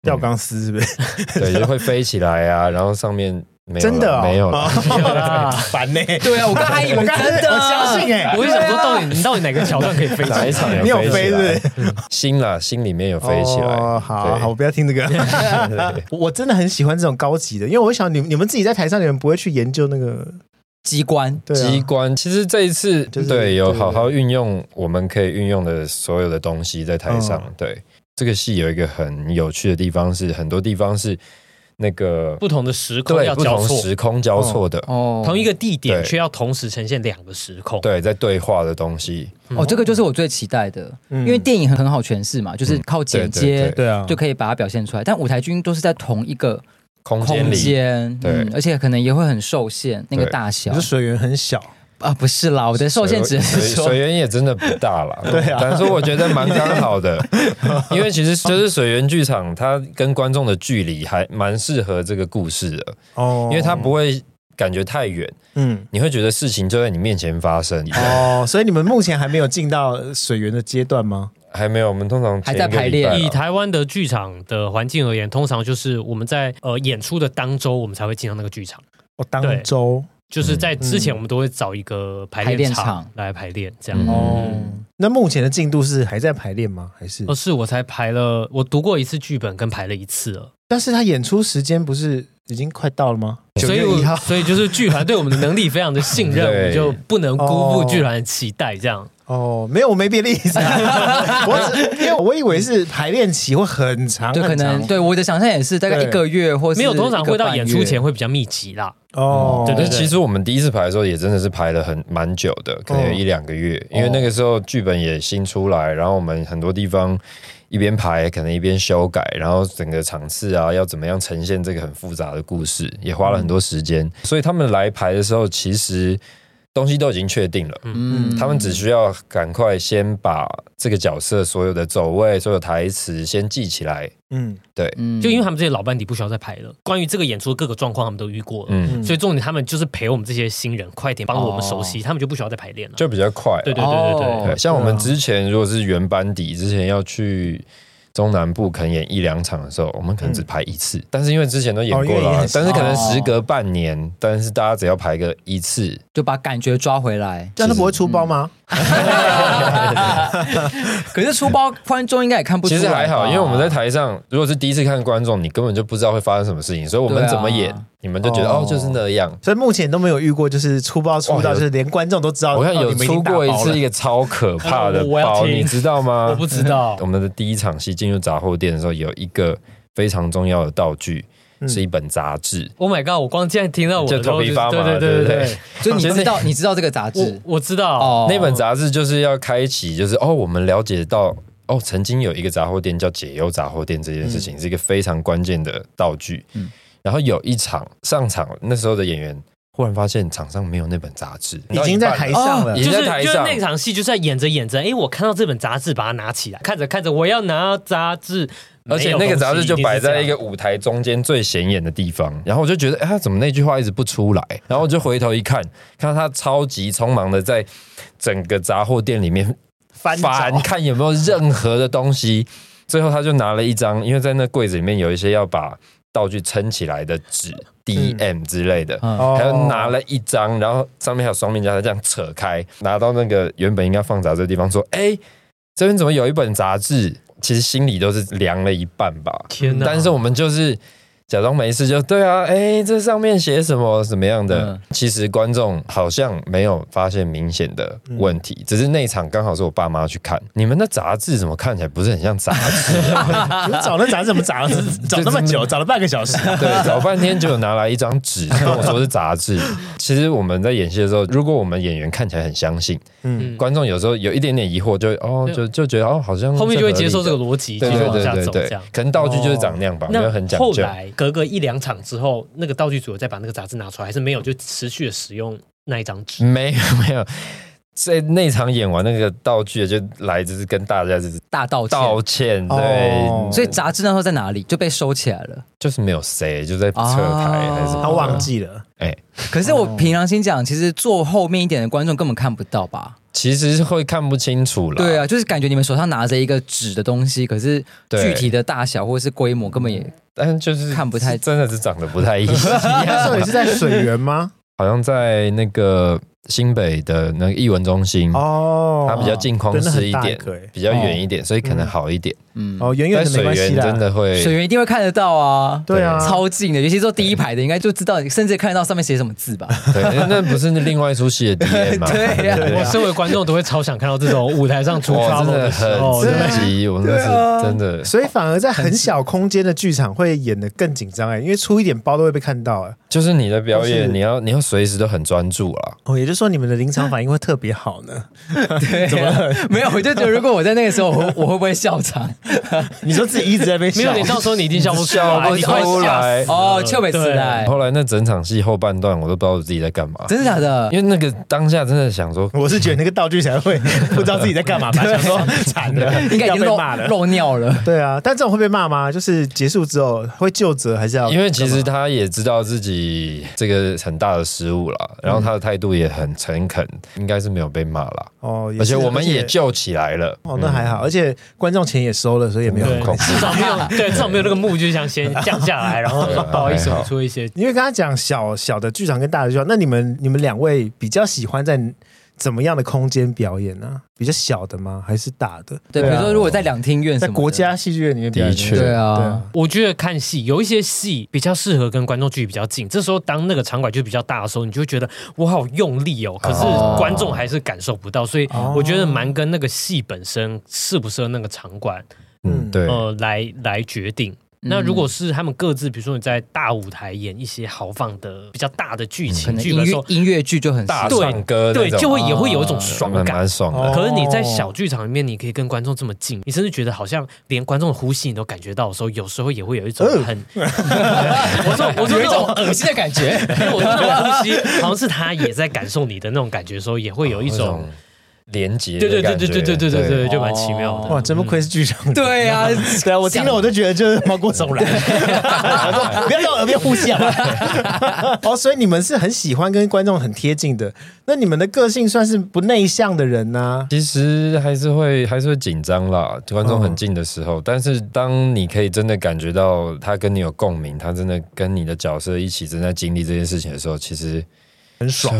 吊钢丝是不是？ 对，就会飞起来啊，然后上面没有了真的哦没有哎了， 烦呢。欸对啊，我刚才以为我刚才真的，我相信哎，我就想说，到底你到底哪个桥段可以飞起哪来一？场你有飞飞起来是？心啦，心里面有飞起来。 哦，好对好，我不要听这个。我我真的很喜欢这种高级的，因为我想你你们自己在台上，你们不会去研究那个机关。对啊机关其实这一次、就是对有对好好运用我们可以运用的所有的东西在台上。嗯对这个戏有一个很有趣的地方是，很多地方是那个不同的时空对要不交同错，时空交错的，哦，同一个地点对却要同时呈现两个时空。对在对话的东西，哦，这个就是我最期待的，嗯因为电影很很好诠释嘛，就是靠剪对对接对对啊，就可以把它表现出来。但舞台剧都是在同一个空间空里间，对嗯而且可能也会很受限那个大小你说水源很小，啊，不是啦，我的受限只是水 说水源也真的不大啦， 对啊但是我觉得蛮刚 好的，因为其实就是水源剧场，它跟观众的距离还蛮适合这个故事的，哦，因为它不会感觉太远，嗯。你会觉得事情就在你面前发生。哦，所以你们目前还没有进到水源的阶段吗？还没有，我们通常前一个还在排练礼拜啦以台湾的剧场的环境而言，通常就是我们在呃演出的当周，我们才会进到那个剧场。哦，当周就是在之前，嗯我们都会找一个排排练场场来排练，这样。嗯哦嗯。那目前的进度是还在排练吗？还是哦，？是我才排了，我读过一次剧本，跟排了一次了，但是他演出时间不是已经快到了吗？九所以月我一号。所以就是剧团对我们的能力非常的信任，对哦我们就不能辜负剧团的期待，这样。哦，没有，我没别的意思、 啊。我只因为我以为是排练期会很长，就可很能长对我的想象也是大概对一个月或是没有，通常会到一个演半月出前会比较密集啦。哦，对但对是对其实我们第一次排的时候也真的是排了很蛮久的，可能有一两个月，因为那个时候剧本也新出来，然后我们很多地方一边排，可能一边修改，然后整个场次啊要怎么样呈现这个很复杂的故事，也花了很多时间。所以他们来排的时候，其实东西都已经确定了。嗯他们只需要赶快先把这个角色所有的走位、所有台词先记起来，嗯，嗯就因为他们这些老班底不需要再排了，关于这个演出的各个状况，他们都遇过了。嗯，嗯所以重点，他们就是陪我们这些新人，快点帮我们熟哦悉，他们就不需要再排练了。就比较快啊。对对对对对，哦对，像我对啊们之前如果是原班底，之前要去中南部可能演一两场的时候，我们可能只排一次，但是因为之前都演嗯哦过了因为啊、演。但是可能哦时隔半年，但是大家只要排个一次，就把感觉抓回来 这样都不会出包吗？可是出包观众应该也看不出其来吧。实还好，因为我哦们在台上，如果是第一次看观众，你根本就不知道会发生什么事情，所以我对们啊怎么演，你们就觉得哦哦就是那样。所以目前都没有遇过，就是出包出哇到哦有就是连观众都知道，我看哦有你们已出经打过一包了次一个超可怕 的我要包，听你知道吗？我不知 道我们的第一场戏进入杂货店的时候，有一个非常重要的道具，嗯是一本杂志。 Oh my god！我光现在听到我就的时候头皮是发麻对对对不对对就你知道，你知道这个杂对，志我我知道，哦那本杂志就是要开启，就是哦，我们了解到哦，曾经有一个杂货店叫解忧杂货店这件事嗯情，是一个非常关键的道具。嗯然后有一场上场，那时候的演员忽然发现场上没有那本杂志，已经在台到一半了上了哦已就经是在就台是上那场戏，就是在演着演着，哎，我看到这本杂志，把它拿起来，看着看着，我要拿杂志，而且那个杂志就摆在一个舞台中间最显眼的地方，然后我就觉得，哎，他怎么那句话一直不出来？然后我就回头一看，看到他超级匆忙的在整个杂货店里面翻翻，找看有没有任何的东西。最后他就拿了一张，因为在那柜子里面有一些要把道具撑起来的纸嗯 DM 之类的，嗯哦他就拿了一张，然后上面还有双面胶，他这样扯开，拿到那个原本应该放杂志的地方，说：“哎，这边怎么有一本杂志？”其实心里都是凉了一半吧。天哪！但是我们就是假装没事就，对啊，哎，这上面写什么什么样的？嗯其实观众好像没有发现明显的嗯问题，只是那一场刚好是我爸妈去看，你们的杂志怎么看起来不是很像杂 志？你们找那杂志怎么找？找那么久，找了半个小时。对，找半天就有拿来一张纸跟我说是 杂志。其实我们在演戏的时候，如果我们演员看起来很相信，嗯观众有时候有一点点疑惑，就会哦对就就觉得哦好像后面就会接受这个逻逻辑，对继续对往下对走对这对样，。可能道具就是长那样吧，没有很那讲后究。来隔个一两场之后，那个道具组有再把那个杂志拿出来，还是没有就持续的使用那一张纸？没有没有，在那场演完那个道具就来，就是跟大家就是大道歉，道歉，哦对，所以杂志那时候在哪里就被收起来了。就是没有谁就在侧台还是什么的他忘记了，可是哦我凭良心讲，其实坐后面一点的观众根本看不到吧？其实是会看不清楚了。对啊，就是感觉你们手上拿着一个纸的东西，可是对具体的大小或是规模根本也但是就是看不太真的是长得不太一样。那时候也是在水源吗？好像在那个新北的那个艺文中心， 哦，它比较镜框真的式很一大点，个欸比较远一点，所以可能好一点。嗯，哦，远远但的没水关系源啦，真的水会，源一定会看得到啊。对啊，超近的，尤其是坐第一排的，应该就知道，甚至看得到上面写什 么字吧？对，那不是另外一出戏的 DM 吗？对啊我哦身为观众都会超想看到这种舞台上出哇 trouble 真的的时候，很对刺激，我那是真的。所以反而在很小空间的剧场会演得更紧张哎，因为出一点包都会被看到哎。就是你的表就是演，你要你要随时都很专注啊。哦，也就是说你们的临场反应会特别好呢。对、啊，没有，我就觉得如果我在那个时候，我我会不会笑 场？ 你说自己一直在被没有你到时候你一定笑不出来，哦不你快出吓来死了哦，笑北时对代，后来那整场戏后半段，我都不知道我自己在干嘛，真的假 的？因为那个当下真的想说， 我是觉得那个道具才会不知道自己在干嘛吧，想说惨了，应该已要经被漏骂了。漏尿了。对啊，但这种会被骂吗？就是结束之后会就责，还是要？因为其实他也知道自己这个很大的失误了，然后他的态度也很诚恳，应该是没有被骂啦。哦，也而是且我们也救起来了，哦，那还好，而且观众钱也收了，所以也没有很对 恐，怖。至少没有对，至少没有那个幕，就是想先降下来，然 后对说啊不哎好意思，还好我说一些因为刚刚讲小小的剧场跟大的剧场，那你们你们两位比较喜欢在怎么样的空间表演呢、比较小的吗？还是大的？对，比啊如说如果在两厅院什啊在么的国家戏剧院里面表演，的确对对啊啊，我觉得看戏有一些戏比较适合跟观众距离比较近，这时候当那个场馆就比较大的时候，你就会觉得我好用力哦，可是哦观众还是感受不到，所以我觉得蛮跟那个戏本身适不适合那个场馆嗯，对，呃来来决定。那如果是他们各自，比如说你在大舞台演一些豪放的比较大的剧嗯可情能剧音本的时乐候，音乐剧就很 大对唱歌对，那种哦就会也会有一啊种爽蛮感。蛮爽的。可是你在哦小剧场里面，你可以跟观众这么近，你甚至觉得好像连观众的呼吸你都感觉到的时候，有时候也会有一种很， 我说我说有一那种种，恶心的 感觉。因为我说那种呼吸，好像是他也在感受你的那种感觉的时候，也会有一那种连接对的对对感觉。对对对对对对，就蛮奇妙哦的。哇，真不愧是剧场。，对啊对啊，我听了我都觉得就是毛骨悚然。我说 不要在我耳边呼吸好吧？啊 哦，所以你们是很喜欢跟观众很贴近的。那你们的个性算是不内向的人呐、其实还是会还是会紧张啦，观众嗯很近的时候。但是当你可以真的感觉到他跟你有共鸣，他真的跟你的角色一起正在经历这件事情的时候，其实很爽。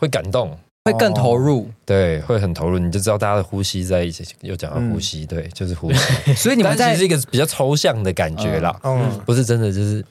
会感动，会更投入。对，会很投入，你就知道大家的呼吸在一起。又讲到呼吸，对，就是呼吸。 所以嗯 你你们其实在是一个比较抽象的感觉啦，嗯，不是真的就是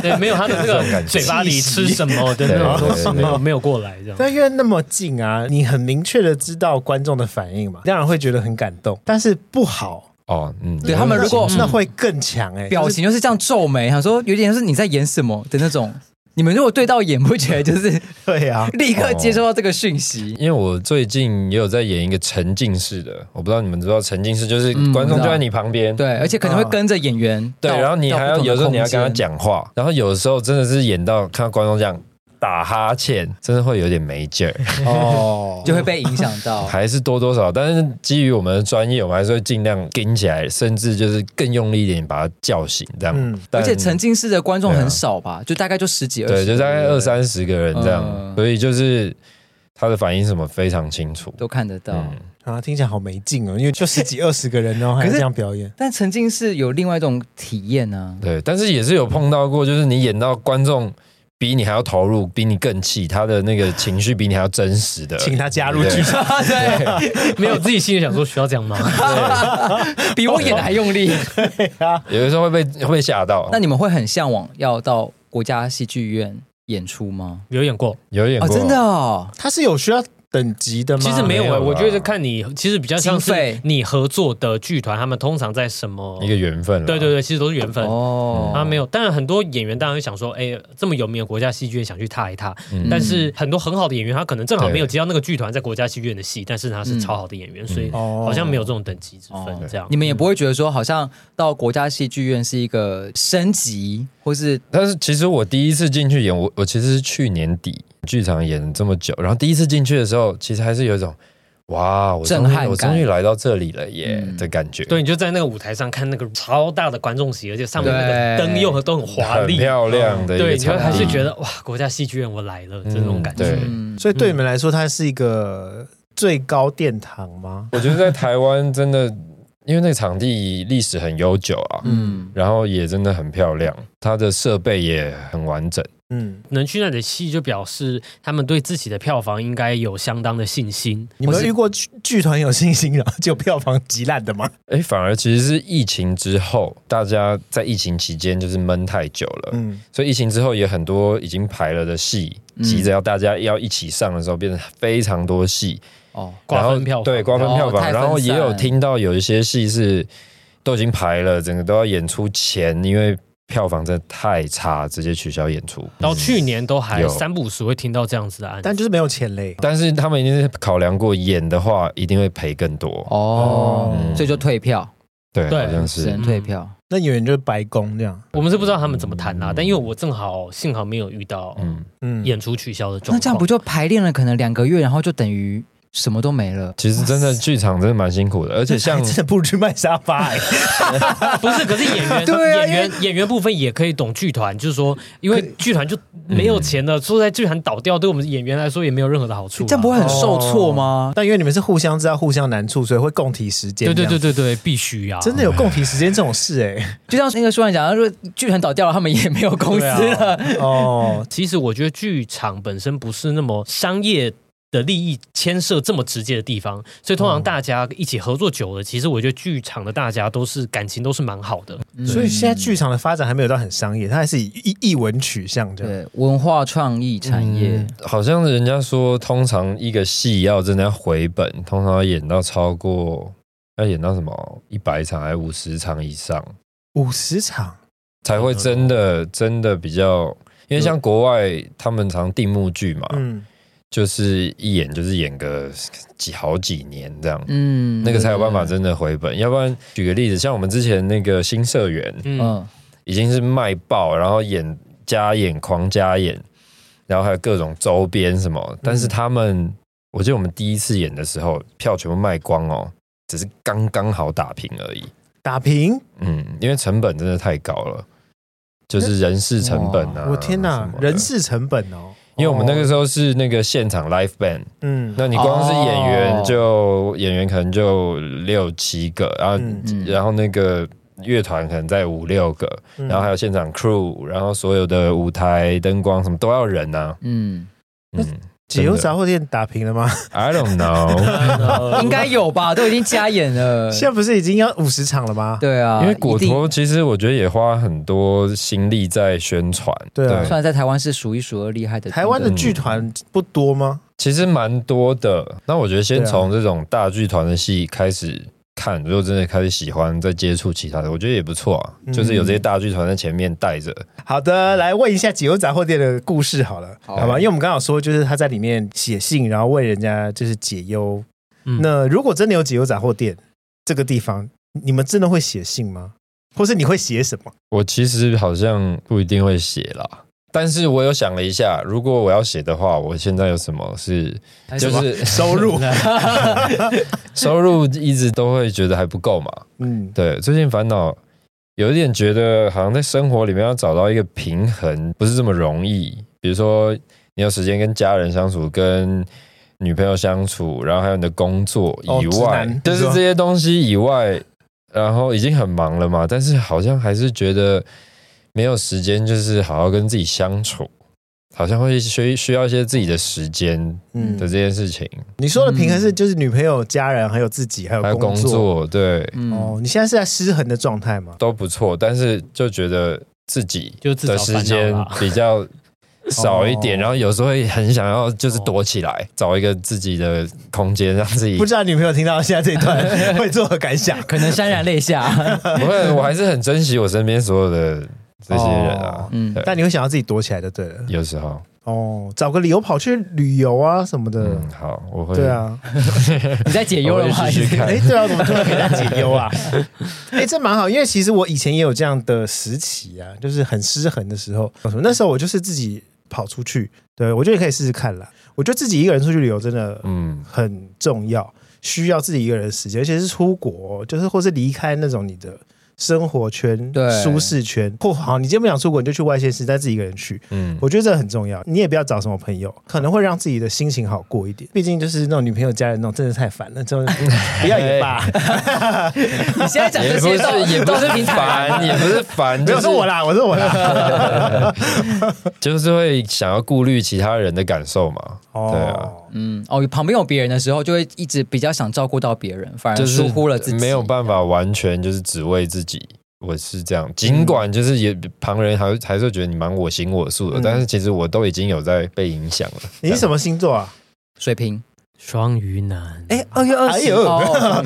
对，没有他的这这种个感觉嘴巴里吃什么的那种东西没有没有过来这样。但因为那么近啊，你很明确的知道观众的反应嘛，当然会觉得很感动。但是不好，哦，嗯，对他们如果那会更强哎、表情就是这样皱眉，想说有点是你在演什么的那种。你们如果对到眼，不觉得就就是是对啊，立哦刻接收到这个讯息？因为我最近也有在演一个沉浸式的，我不知道你们知不知道沉浸式，就是嗯观众知就道在你旁边，对，而且可能会跟着演员哦对到。然后你还要到不同的有时候你要跟他空间，讲话，然后有时候真的是演到看到观众这样打哈欠，真的会有点没劲儿，哦， 就会被影响 到。还是多多少少，但是基于我们的专业，我们还是会尽量跟起来，甚至就是更用力一点把他叫醒这样。嗯但而且沉浸式的观众对啊很少吧，就大概就十几二对，十，就大概二三十个人这样，嗯所以就是他的反应什么非常清楚。都看得到。嗯啊，听起来好没劲哦，因为就十几二十个人，然后哦还可是这样表演，但沉浸式有另外一种体验啊 呢、对，但是也是有碰到过，就是你演到观众比你还要投入，比你更气，他的那个情绪比你还要真实呃的，请他加入 对剧场。啊，对，没有自己心里想说需要这样吗？ 比我演的还用力。有的时候会被会被吓到。那你们会很向往要到国家戏剧院演出吗？有演过，有演哦，过，真的哦，他是有需要等级的吗？其实没有没哎、有啦我觉得看你其实比较像经是费你合作的剧团，他们通常在什么一？个缘分了。对对对，其实都是缘分。哦，啊，没有，当然很多演员当然会想说，哎、这么有名的国家戏剧院想去踏一踏，嗯但是很多很好的演员，他可能正好对没有接到那个剧团在国家戏剧院的戏，但是他是超好的演员，所以哦好像没有这种等级之哦分，这样。你们也不会觉得说，好像到国家戏剧院是一个升级，或是但是其实我第一次进去演，我我其实是去年底剧场演这么久，然后第一次进去的时候，其实还是有一种哇，我终于震撼感我终于来到这里了耶、嗯的感觉。对，，你就在那个舞台上看那个超大的观众席，而且上面那个对灯又很都很华很丽，漂亮的嗯一对，个你就场还是地。觉得哇，国家戏剧院我来了这种感对觉。嗯，所以对你们来说，它是一个最高殿堂吗？我觉得在台湾真的，因为那个场地历史很悠久啊，嗯然后也真的很漂亮，它的设备也很完整。嗯，能去那里的戏，就表示他们对自己的票房应该有相当的信心。你们有遇过剧剧团有信心，然后就票房极烂的吗？哎，反而其实是疫情之后，大家在疫情期间就是闷太久了，呃嗯，所以疫情之后也很多已经排了的戏，嗯急着要大家要一起上的时候，变成非常多戏，哦，瓜分然后票房对瓜分票哦房，太分散然后也有听到有一些戏是都已经排了，整个都要演出前，因为票房真的太差，直接取消演出。到去年都还嗯有三不五时会听到这样子的案子，但就是没有钱嘞。但是他们一定是考量过，演的话一定会赔更多，哦，嗯所以就退票，对，对好像只是能退票。那演员就是白宫这样。我们是不知道他们怎么谈啦。嗯但因为我正好幸好没有遇到嗯。嗯，演出取消的状况，那这样不就排练了可能两个月，然后就等于什么都没了？其实真的剧场真的蛮辛苦的，而且 像还真的不如去卖沙发、欸。 不是，可是演 员对啊演员演员部分也可以懂剧团，就是说，因为剧团就没嗯有钱了，说实在剧团倒掉，对我们演员来说也没有任何的好处、啊。这样不会很受挫吗？ 但因为你们是互相知道互相难处，所以会共体时间。对对对，对对，必须啊嗯呀、真的有共体时间这种事 哎、就像那个舒然讲，他说剧团倒掉了，他们也没有公司了。哦，其实我觉得剧场本身不是那么商业。的利益牵涉这么直接的地方，所以通嗯常大家一起合作久了，其实我觉得剧场的大家都是感情都是蛮好的。嗯所以现在剧场的发展还没有到很商业，它还是以艺艺文取向这样。对文化创意产业嗯，好像人家说，通常一个戏要真的要回本，通常要演到超过要演到什么一百场还五十场以上，五十场，才会真的哦真的比较。因为像国外他们常定幕剧嘛，嗯，就是一演就是演个几好几年这样，嗯，那个才有办法对真的回本。要不然举个例子，像我们之前那个新社员，对嗯，嗯，已经是卖爆，然后演加演狂加演，然后还有各种周边什么，但是他们我记得我们第一次演的时候，票全部卖光哦，只是刚刚好打平而已。打平，嗯，因为成本真的太高了，就是人事成本啊。我天什哪么，的人，事成本哦，因为我们那个时候是那个现场 live band，嗯，那你光是演员哦就、演员可能就六七个，然后、嗯嗯然后那个乐团可能在五六个，嗯然后还有现场 crew，然后所有的舞台灯光什么都要人呐、啊。嗯，嗯解忧杂货店打平了吗？ ，I don't know，应该有吧，都已经加演 了。现在不是已经要五十场了吗？对啊，因为果一定陀其实我觉得也花很多心力在宣传，对啊算在台湾是数一数二厉害的。台湾的剧团不多吗？其实蛮多的。那我觉得先啊从这种大剧团的戏开始看，如果真的开始喜欢，再接触其他的，我觉得也不错啊。嗯就是有这些大剧团在前面带着，好的，来问一下解忧杂货店的故事好了，好好吧？因为我们刚好说，就是他在里面写信，然后为人家就是解忧。嗯那如果真的有解忧杂货店这个地方，你们真的会写信吗？或是你会写什么？我其实好像不一定会写啦。但是我有想了一下，如果我要写的话，我现在有什么是就 还是收入？收入一直都会觉得还不够嘛？嗯，对，最近烦恼有一点觉得，好像在生活里面要找到一个平衡，不是这么容易。比如说，你有时间跟家人相处，跟女朋友相处，然后还有你的工作哦以直外，男就是你说这些东西以外，然后已经很忙了嘛，但是好像还是觉得没有时间，就是好好跟自己相处，好像会需需要一些自己的时间嗯的这件事情，你说的平衡是就是女朋友、家人，还有自己，还有还有工作。作，对，嗯，哦，你现在是在失衡的状态吗？都不错，但是就觉得自己就自找的烦恼时间啦 比较少一点，哦然后有时候会很想要就是躲起来，找一个自己的空间，让自己不知道女朋友听到现在这一 段会作何感想？可能潸然泪下。不会，我还是很珍惜我身边所有的这些人啊哦。嗯，对但你会想要自己躲起来就对了。有时候，哦，找个理由跑去旅游啊什么的。嗯，好，我会，对，啊，你在解忧了我吗？会继续看哎，对啊，怎么突然给他解忧啊？ 哎，这蛮好，因为其实我以前也有这样的时期啊，就是很失衡的时候。那时候我就是自己跑出去，对我觉得也可以试试看啦。我觉得自己一个人出去旅游真的嗯，很重要，需要自己一个人的时间，而且是出国，就是或是离开那种你的生活圈、对舒适圈，或好，你今天不想出国，你就去外县市，但自己一个人去，嗯，我觉得这很重要。你也不要找什么朋友，可能会让自己的心情好过一点。毕竟就是那种女朋友、家人那种，真的太烦了，真的 不要也罢。 你现在讲也这不些是都也不都是平台啊烦，也不是 烦，没有就是我 啦，我是我啊啦。就是会想要顾虑其他人的感受嘛。对啊，嗯，哦，旁边有别人的时候，就会一直比较想照顾到别人，反而就是疏忽了自己。没有办法完全就是只为自己。我是这样，尽管就是也旁人还还是会觉得你蛮我行我素的，嗯但是其实我都已经有在被影响了。你是什么星座啊？水平。双鱼男，哎，二月二哎十，呦哦，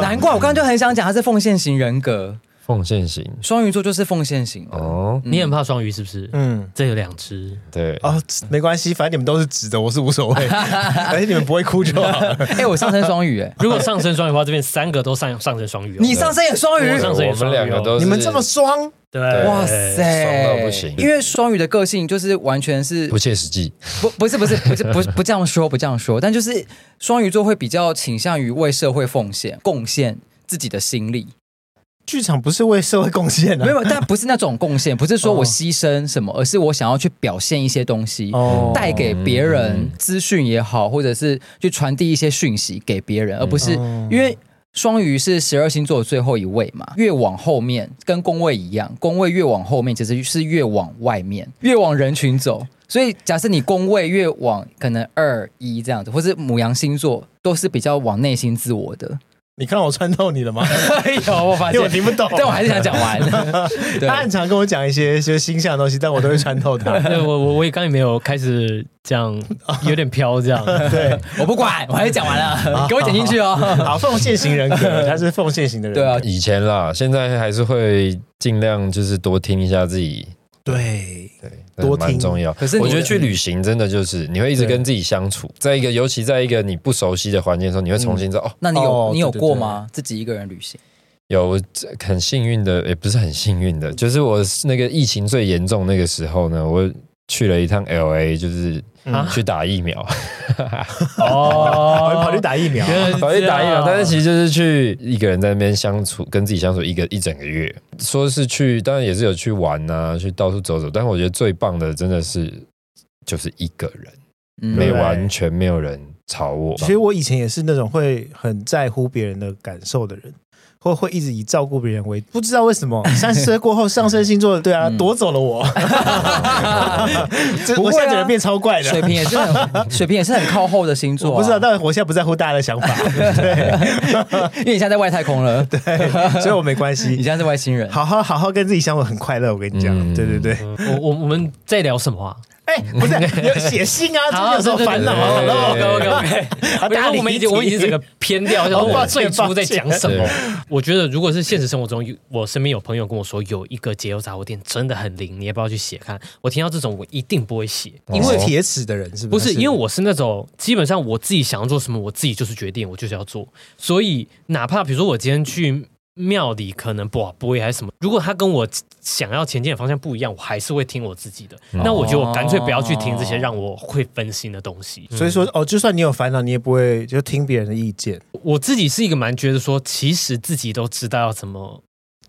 难怪我刚刚就很想讲他是奉献型人格，奉献型双鱼座就是奉献型的。哦，嗯你很怕双鱼是不是？嗯。这有两只，对，哦，没关系，反正你们都是直的，我是无所 谓，而且你们不会哭就好。 哎，我上升双鱼，哎，如果上升双鱼的话，这边三个都上上升双鱼哦。你上升也双鱼我，上次也我说们两个 都是你们这么双，对，哇哎爽塞，到不行因为双鱼的个性就是完全是不切实际，不不是不是不是不是不这样说不这样说，但就是双鱼座会比较倾向于为社会奉献贡献。自己的心力剧场不是为社会贡献啊的、没有，但不是那种 贡献，不是哦说我牺牲什么，而是我想要去表现一些东西，哦带给别嗯人资讯也好，或者是去传递一些讯息给别人，而不是哦因为双鱼是十二星座的最后一位嘛，越往后面跟宫位一样，宫位越往后面其实是越往外面，越往人群走。所以假设你宫位越往可能二一这样子，或是母羊星座都是比较往内心自我的。你看我穿透你了 吗？有我发哎 因为我听不懂，但 我还是想讲完。对他，很常跟我讲一些就是星象的东西，但我都会穿透他。对我我我也刚也没有开始这样，有点飘这样。对，我不管，我还是讲完 了，给我剪进去哦。 好，奉献型人 格，他是奉献型的人对格。啊，以前啦，现在还是会尽量就是多听一下自己，对对，多听蛮重要。可是你我觉得去旅行真的就是你会一直跟自己相处，在一个尤其在一个你不熟悉的环境的时候，你会重新知道、哦，那你哦有你有对对过吗？自己一个人旅行？有这很幸运的，也不是很幸运的，就是我那个疫情最严重那个时候呢，我去了一趟 L A，就是啊去打疫苗，我哦跑去打疫苗， 原来是跑去打疫这哦苗，样但是其实就是去一个人在那边相处，跟自己相处一个一整个月。说是去，当然也是有去玩啊，去到处走走。但我觉得最棒的真的是就是一个人，嗯没有啊完全没有人吵我。其实我以前也是那种会很在乎别人的感受的人，或会一直以照顾别人为，不知道为什 么三十岁过后上升星座，对啊，嗯夺走了 我。这不会我啊现在整个变超怪水的，瓶也是很 水瓶也是很靠后的星座、啊我不知道，，但我现在不在乎大家的 想法，因为你现在在外太 空了，对，所以我没关你系。现在是外星人。好好好好跟自己相处很快乐，我跟你讲，嗯对对对。嗯我我我们在聊什么啊？哎、不是你有写 信啊，这好，有什么烦恼对对对啊？ OK OK OK，啊因为我们已经我们已经整个偏掉，然后哦我抱歉最初在讲什么抱？我觉得如果是现实生活中，有我身边有朋友跟我说有一个解忧杂货店真的很灵，你要不要去写看？我听到这种我一定不会写，因哦为铁齿的人是哦不不是？是因为我是那种基本上我自己想要做什么，我自己就是决定，我就是要做。所以哪怕比如说我今天去庙里可能卜卜还是什么，如果他跟我想要前进的方向不一样，我还是会听我自己的。嗯那我觉得我干脆不要去听这些让我会分心的东西。嗯所以说哦，就算你有烦恼，你也不会就听别人的意见。我自己是一个蛮觉得说，其实自己都知道要怎么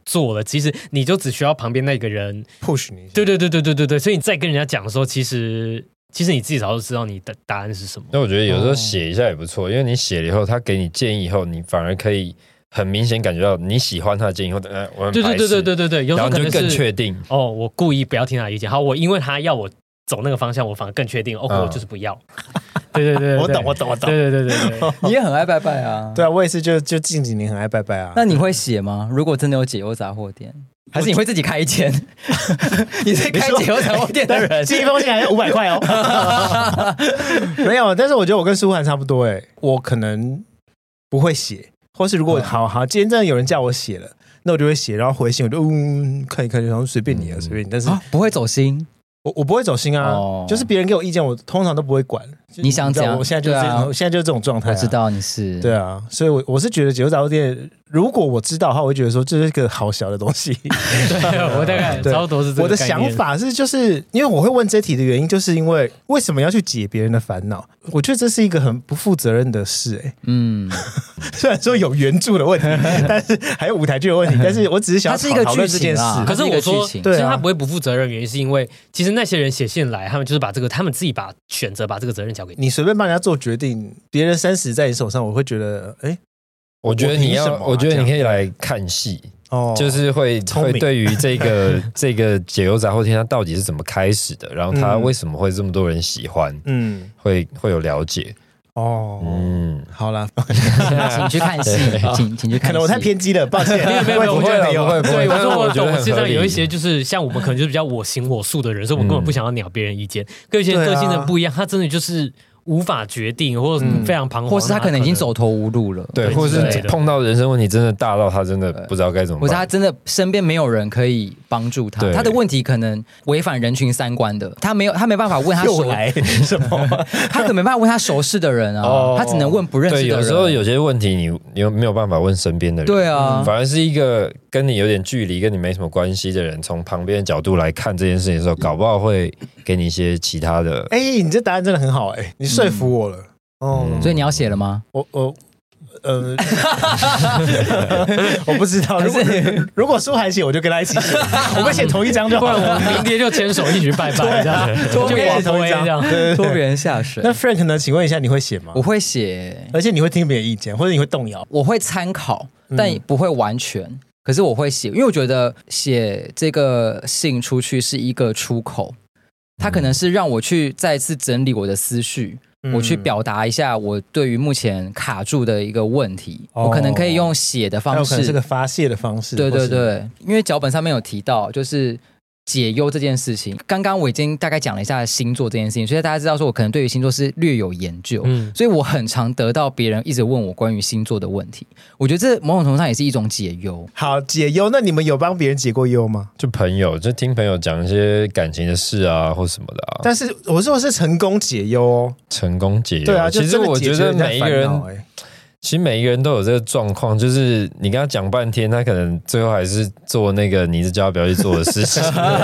做了，其实你就只需要旁边那个人。 push 你一下。对对对对对对对，所以你再跟人家讲的时候，其实其实你自己早就知道你的答案是什么。那我觉得有时候写一下也不错，因为你写了以后，他给你建议以后，你反而可以很明显感觉到你喜欢他的建议，或者呃，我很对对排斥对对，对对对，有时候然后可你能就更是确定。哦，我故意不要听他的意见。好，我因为他要我走那个方向，我反而更确定。OK，、嗯我就是不要。对对对对对我懂，我懂，我懂。对对对对对， 你也很爱拜拜啊，对啊，我也是就，就近几年很爱拜拜啊。那你会写吗？如果真的有解忧杂货店，还是你会自己开一间？ 你是开解忧杂货 店的人，寄一封信还要五百块哦。 没有，但是我觉得我跟舒涵差不多哎、我可能不会写，或是如果好好今天真的有人叫我写了，那我就会写，然后回信我就嗯看一看，然后随便你啊，嗯随便你。但是啊，不会走心。我我不会走心啊，哦就是别人给我意见，我通常都不会管。就你想知道讲我现在就是对这啊种我现在就是这种状态、我知。道你是对啊，所以我，我是觉得解忧杂货店，如果我知道的话，我会觉得说这是一个好小的东西。对我大概对差不多是这个我的概念想，法是，就是因为我会问这题的原因，就是因为为什么要去解别人的烦恼？我觉得这是一个很不负责任的事、欸。 嗯，虽然说有原著 的问题，但是还有舞台剧的问题，但是我只是想要它是一个讨论这剧啊件情事。啦可是我说，这是一个剧情其实对啊他不会不负责任，原因是因为其实那些人写信来，他们就是把这个，他们自己把选择把这个责任交给你。你随便帮人家做决定，别人生死在你手上，我会觉得，哎、我觉得你我凭要什，么啊我觉得你可以来看戏，哦，就是会聪会明对于这个这个解忧杂货店它到底是怎么开始的，然后它嗯为什么会这么多人喜欢，嗯，会会有了解。哦，嗯，好啦，请去 看戏，请请去看戏。可能我太偏激了，抱歉， 没有没 有外国不人会啦不会不对，我但是说我我觉懂，得我很现合在理有一些就是像我们可能就是比较我行我素的人，所以我根本不想要鸟别人意见。跟有些人个性真的不一样，他真的就是无法决定，或者嗯非常彷徨，或是他可能已经走投无路了，对，对或者之是类的碰到人生问题真的大到他真的不知道该怎么或办，是他真的身边没有人可以帮助他对，他的问题可能违反人群三观的，他没有他没办法问他又熟，来什么？ 他可能没办法问他熟识的人哦啊，他只能问不认识对，的人。有时候有些问题你你又没有办法问身边的人，嗯对啊，反而是一个跟你有点距离、跟你没什么关系的人，从旁边的角度来看这件事情的时候，搞不好会给你一些其他的。哎、你这答案真的很好、哎，你说服我了。哦，嗯所以你要写了 吗？我我呃，我不知道。如果如果舒涵写，我就跟他一起写，我们写同一张就不好然我了。们明天就牵手一起去拜拜，这样就我们也我写同同啊一一张这样。对对拖别对。人下水那 Frank 呢？请问一下，你会写吗我？会写，而且你会听别人意见，或者你会动摇？我会参考，嗯但也不会完全。可是我会写，因为我觉得写这个信出去是一个出口，它可能是让我去再次整理我的思绪，嗯我去表达一下我对于目前卡住的一个问题。哦我可能可以用写的还方有可能式，是个发泄的方式。对或对是，对，因为脚本上面有提到，就是解忧这件事情。刚刚我已经大概讲了一下星座这件事情，所以大家知道说我可能对于星座是略有研究。嗯，所以我很常得到别人一直问我关于星座的问题，我觉得这某种程度上也是一种解忧。好解忧。那你们有帮别人解过忧吗？就朋友，就听朋友讲一些感情的事啊，或什么的啊，但是我说的是成功解忧哦。成功解忧。对啊，就其实真的我解觉决得人家每一个烦恼人，哎其实每一个人都有这个状况，就是你跟他讲半天，他可能最后还是做那个你是叫他不要去做的事 情。 对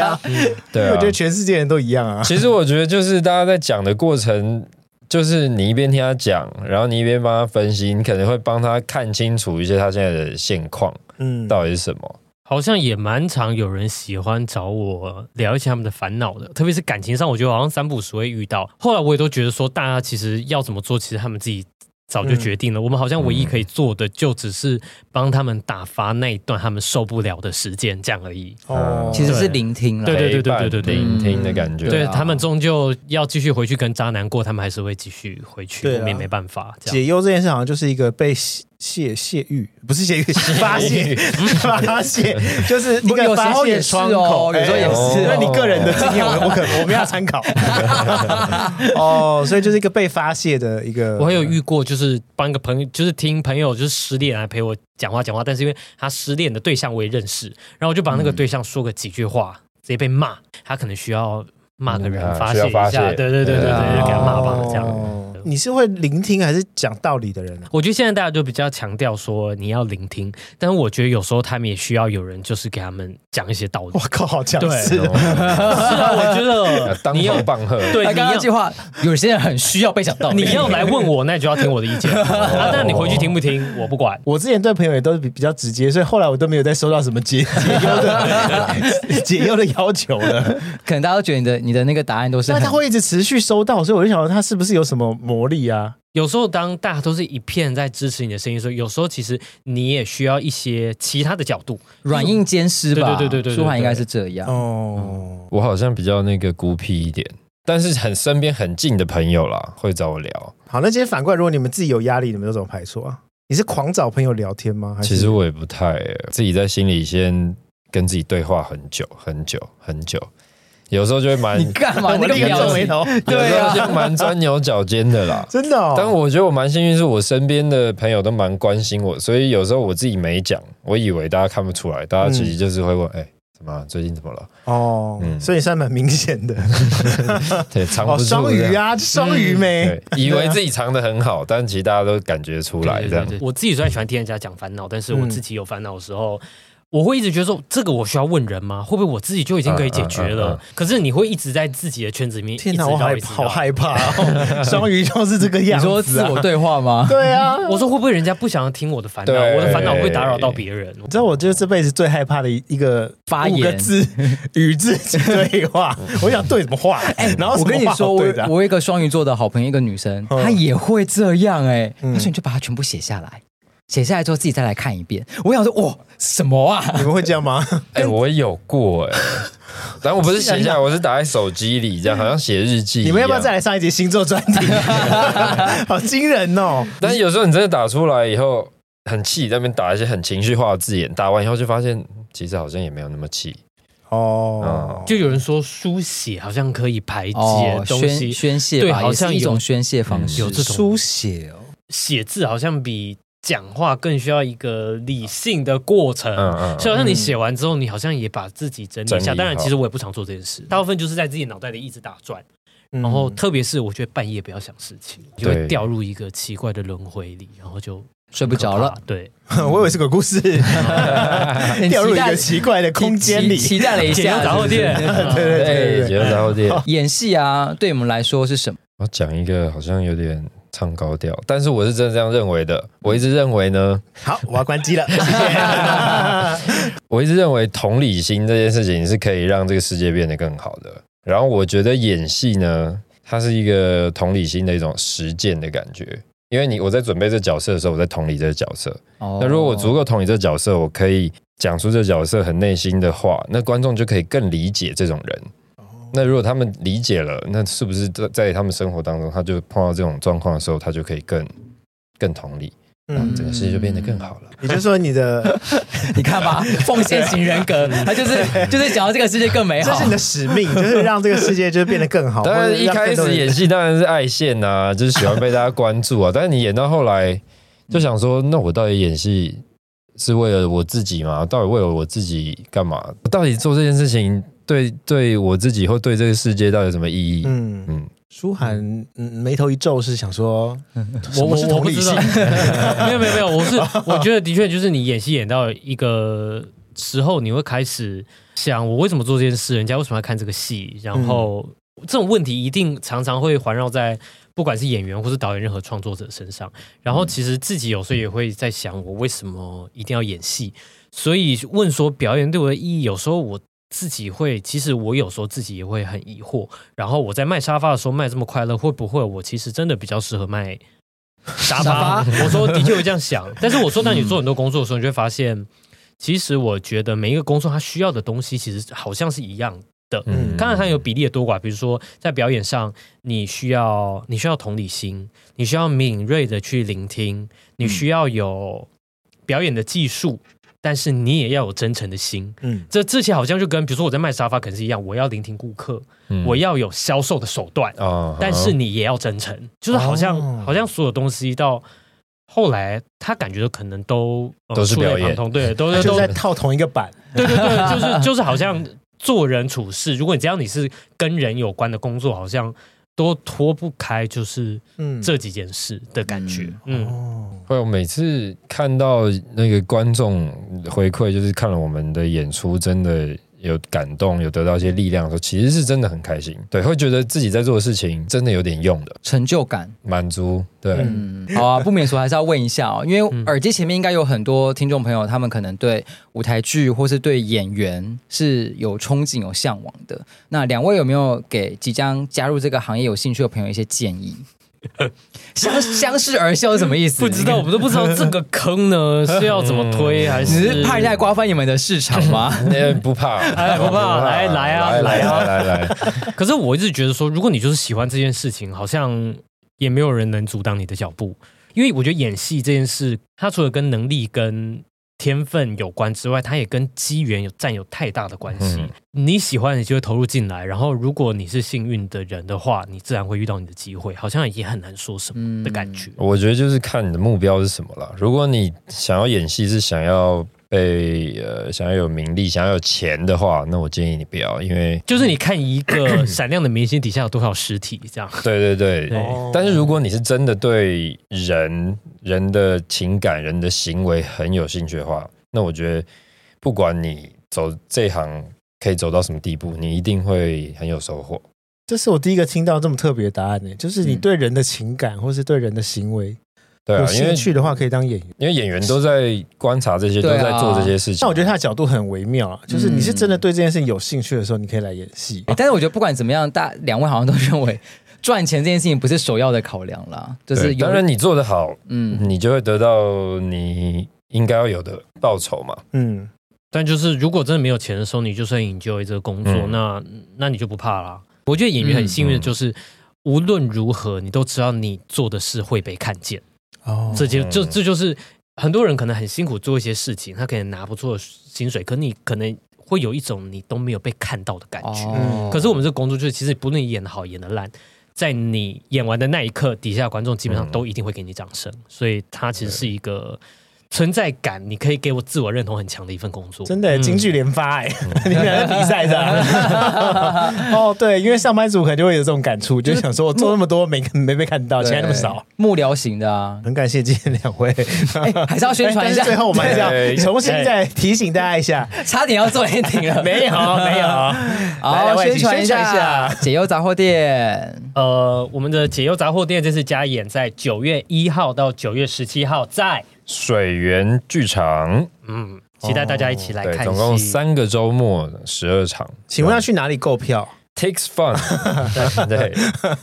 啊，因对为啊我觉，得全世界人都一样 啊。其实我觉得就是大家在讲的过程，就是你一边听他讲，然后你一边帮他分析，你可能会帮他看清楚一些他现在的现况嗯，到底是什么。好像也蛮常有人喜欢找我聊一些他们的烦恼的，特别是感情上，我觉得好像三不五时会遇到。后来我也都觉得说，大家其实要怎么做，其实他们自己早就决嗯定了。我们好像唯一可以做的，就只是帮他们打发那一段他们受不了的时间，这样而已。哦，其实是聆听了，对对对对对对对陪伴聆听的感觉。对对啊他们终究要继续回去跟渣男过，他们还是会继续回去，对啊我们也没办法。这样解忧这件事好像就是一个被泄泄泄欲，不是泄欲，发泄发泄，就是一有个时发候泄也是窗哦口，有时候哎也是因为哦你个人的经验，我我可我们要参考。哦，所以就是一个被发泄的一个，我还嗯有遇过，就是帮一个朋友，就是听朋友就是失恋啊来陪我讲话讲话，但是因为他失恋的对象我也认识，然后我就把那个对象说个几句话，嗯直接被骂，他可能需要骂个人嗯啊发需泄要一发下，泄对对对对对啊对，就给他骂吧，这样。哦你是会聆听还是讲道理的人啊？我觉得现在大家就比较强调说你要聆听，但是我觉得有时候他们也需要有人就是给他们讲一些道理我。靠，好强势哦！是啊，我觉 得当啊你要头棒喝，对他你要刚哎刚计划，有些人很需要被 讲道理。你要来问我，那你就要听我的意 见。啊，但你回去听不听，我不管。我之前对朋友也都是比比较直接，所以后来我都没有再收到什么解解忧的解忧的要求了。可能大家都觉得你的你的那个答案都是但很啊他会一直持续收到，所以我就想说他是不是有什么魔力啊？有时候当大家都是一片在支持你的声音的时候，有时候其实你也需要一些其他的角度。软硬兼施吧？对对对对对对舒缓应该是这样。哦，我好像比较那个孤僻一点，但是很身边很近的朋友啦，会找我聊。好，那今天反过来，如果你们自己有压力，你们都怎么排除啊？你是狂找朋友聊天吗？还是其实我也不太、欸自己在心里先跟自己对话很久很久很久，有时候就会蛮， 你干哦嘛我那个立刻表皱眉情？头，。有时对啊候就蛮钻牛角尖的啦真的哦。但我觉得我蛮幸运，是我身边的朋友都蛮关心我，所以有时候我自己没讲，我以为大家看不出来，大家其实就是会问，嗯哎、怎么啊、最近怎么了？哦，嗯所以算蛮明显的对，哎藏不哦，住双这鱼样，啊，双鱼 妹嗯对，以为自己藏得很好，但其实大家都感觉出来对这对样对。对我自己虽然喜欢听人家讲烦恼，但是我嗯自己有烦恼的时候。我会一直觉得说，这个我需要问人吗？会不会我自己就已经可以解决了？嗯嗯嗯可是你会一直在自己的圈子里面，天哪，哪，我好害好害怕哦， 双鱼就是这个你样子啊。说自我对话吗？对啊，我说会不会人家不想要听我的烦恼？对我的烦恼会打扰到别人。你知道，我就是这辈子最害怕的一个发言五个 字，与自己对话。我想对什么话？然后我什么跟你话说，好我对的啊我有一个双鱼座的好朋友，一个女生，嗯她也会这样哎、嗯她说你就把它全部写下来，写下来之后自己再来看一遍。我想说，哇，什么啊？你们会这样吗？哎、我有过 哎、但我不是写下来，我是打在手机里，这样好像写日记一样。你们要不要再来上一节星座专 题？好惊人哦！但有时候你真的打出来以后，很气，在那边打一些很情绪化的字眼，打完以后就发现其实好像也没有那么气。哦，嗯就有人说书写好像可以排解哦，东西宣，宣泄对吧，好也像是一有种宣泄嗯方式。有这种书写哦，写字好像比讲话更需要一个理性的过程。嗯嗯，所以嗯好像你写完之后，你好像也把自己整理一整理下。好当然，其实我也不常做这件事，大部分就是在自己脑袋里一直打转。然嗯然 后，特别是我觉得半夜不要想事情，就会对掉入一个奇怪的轮回里，然后就睡不着了很可怕。， 对，我以为是个故事，很掉入一期待个奇怪的空间 里期。期待了一解忧下。杂货店是不是对 对对哎，对结婚然后店，演戏啊，对我们来说是什么？我讲一个好像有点唱高调，但是我是真的这样认为的。我一直认为呢，好，我要关机了。谢谢我一直认为同理心这件事情是可以让这个世界变得更好的。然后我觉得演戏呢，它是一个同理心的一种实践的感觉。因为你我在准备这角色的时候，我在同理这个角色。哦那如果我足够同理这角色，我可以讲出这角色很内心的话，那观众就可以更理解这种人。那如果他们理解了，那是不是在在他们生活当中，他就碰到这种状况的时候，他就可以更更同理， 嗯，整个世界就变得更好了。也就是说你的你看吧，奉献型人 格，他就是就是想要这个世界更美嗯这好是你。的使 命，就是让这个世界就是变得更哦好。当或然者一让开更多始人演戏当然是爱线呐、就是喜欢被大家关注 啊。但是你演到后来，就想说，那我到底演戏是为了我自己吗？到底为了我自己干嘛？到底做这件事情对对我自己或对这个世界到底有什么意义？嗯，嗯，舒涵嗯眉头一皱，是想说，我我什么是我同不理知心道， 没有没有没有，我是我觉得的确就是你演戏演到一个时候，你会开始想我为什么做这件事，人家为什么要看这个戏，然后、嗯这种问题一定常常会环绕在不管是演员或是导演任何创作者身上。然后其实自己有时候也会在想，我为什么一定要演戏？所以问说表演对我的意义，有时候我。自己会，其实我有时候自己也会很疑惑。然后我在卖沙发的时候卖这么快乐，会不会我其实真的比较适合卖沙发。我说的确会这样想，但是我说当你做很多工作的时候，你就会发 现，其实我觉得每一个工作它需要的东西其实好像是一样的。嗯看看它有比例的多寡，比如说在表演上，你需要你需要同理心，你需要敏锐的去聆听，嗯你需要有表演的技术，但是你也要有真诚的心。嗯，这这些好像就跟比如说我在卖沙发可能是一样，我要聆听顾客，嗯我要有销售的手段，啊但是你也要真诚，就是好像、哦好像所有东西到后来，他感觉可能都、呃都是表演触类旁通 对，都都就都在套同一个板，对对对，就是就是好像做人处事，如果你只要你是跟人有关的工作，好像都脱不开就是嗯，这几件事的感觉，嗯。哦，会，我每次看到那个观众回馈，就是看了我们的演出，真的有感动，有得到一些力量的时候，其实是真的很开心。对，会觉得自己在做的事情真的有点用的，成就感。满足。对，嗯嗯，好啊，不免俗还是要问一下哦，因为嗯耳机前面应该有很多听众朋友，他们可能对舞台剧或是对演员是有憧憬、有向往的。那两位有没有给即将加入这个行业有兴趣的朋友一些建议？ 相相视而笑是什么意思？不知道， 我们都不知道这个坑呢是要怎么推，还你嗯是是怕人家瓜分你们的市场吗？ 那不怕， 哎不怕来来啊来来啊 来来来， 可是我一直觉得说，如果你就是喜欢这件事情，好像也没有人能阻挡你的脚步，因为我觉得演戏这件事，它除了跟能力跟天分有关之外，它也跟机缘有占有太大的关系。嗯你喜欢，你就会投入进来，然后如果你是幸运的人的话，你自然会遇到你的机会，好像也很难说什么嗯的感觉。我觉得就是看你的目标是什么啦。如果你想要演戏是想要被呃想要有名利、想要有钱的话，那我建议你不要，因为就是你看一 个闪亮的明星底下有多少尸体，这样 对对对对。哦但是如果你是真的对人、人的情感、人的行为很有兴趣的话，那我觉得不管你走这行可以走到什么地步，你一定会很有收获。这是我第一个听到这么特别的答案呢，欸就是你嗯对人的情感或是对人的行为对有啊，因为兴趣的话，可以当演员。因为演员都在观察这些，都对啊在做这些事情。但我觉得他的角度很微妙啊，嗯就是你是真的对这件事情有兴趣的时候，你可以来演戏。欸但是我觉得不管怎么样，大两位好像都认为赚钱这件事情不是首要的考量啦，就是对有当然你做得好，嗯，你就会得到你应该要有的报酬嘛。嗯，但就是如果真的没有钱的时候，你就是很 enjoy 这个工作，嗯那那你就不怕啦。我觉得演员很嗯幸运的就是，无论如何你都知道你做的事会被看见，哦这就嗯就这就是很多人可能很辛苦做一些事情，他可能拿不错的薪水，可你可能会有一种你都没有被看到的感觉。哦可是我们这个工作就是，其实不论你演的好演的烂，在你演完的那一刻，底下观众基本上嗯都一定会给你掌声，所以它其实是一个存在感，你可以给我自我认同很强的一份工作。真的欸嗯京剧连发哎，嗯你们俩在比赛是 吧？哦，对，因为上班族可能就会有这种感触，就就是是想说我做那么多没没被看到，对钱还那么少。幕僚型的啊，很感谢今天两位， 欸还是要宣传一 但是下，哎最后我们还是对要重新再提醒大家一下， 差点要做 ending 了，没有没有，来好两，位宣传请一宣传一下下解忧杂货店，呃，我们的解忧杂货店这次加演在九月一号到九月十七号，在水源剧场，嗯，期待大家一起来嗯对，看总共戏。三个周末，十二场。请问要去哪里购票？ Takes Fun，对，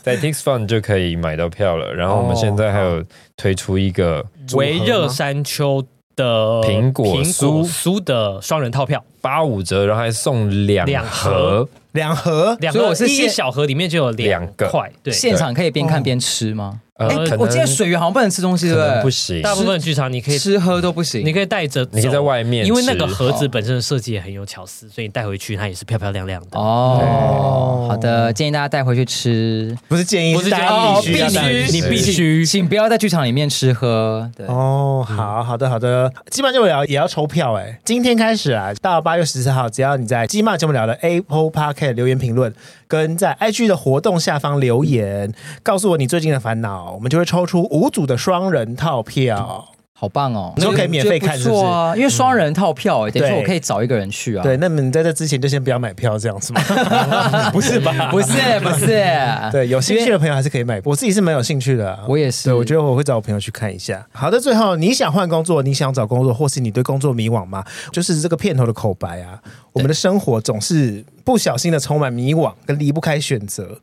在 Takes Fun 就可以买到票了。然后我们现在还有推出一个为热山丘的苹果酥酥的双人套票，八五折，然后还送两两盒盒，两盒两所以个我是第一现小盒里面就有两个块，对，现场可以边看边吃呃吗？哦哎，可我记得能水源好像不能吃东西，可对能不不行，大部分剧场你可对？以吃喝都不行，你可以带着，你可以在。外面吃，因哦为那个盒子本身的设计也很有巧思，所以你带回去它也是漂漂亮亮的。哦，好的，建议大家带回去吃，不是建议，不是大建议哦家必须要必带须回去你必须请不要在剧场里面吃喝，对，哦，好好的好的，鸡骂就聊也要抽票哎、今天开始啊，到八月十四号，只要你在鸡骂节目聊的 Apple Podcast 的留言评论，跟在 IG 的活动下方留言，告诉我你最近的烦恼，我们就会抽出五组的双人套票。好棒哦！你说可以免费看我觉得不错啊，因为双人套票、欸，等于说嗯对我可以找一个人去啊。对，，那么你在这之前就先不要买票，这样子吗？ 不是 吧？不是不是，对，有兴趣的朋友还是可以买。我自己是蛮有兴趣的啊、啊我也是。对，我觉得我会找我朋友去看一下。好的，最后你想换工作，你想找工作，或是你对工作迷惘吗？就是这个片头的口白啊，我们的生活总是不小心的充满迷惘，跟离不开选择。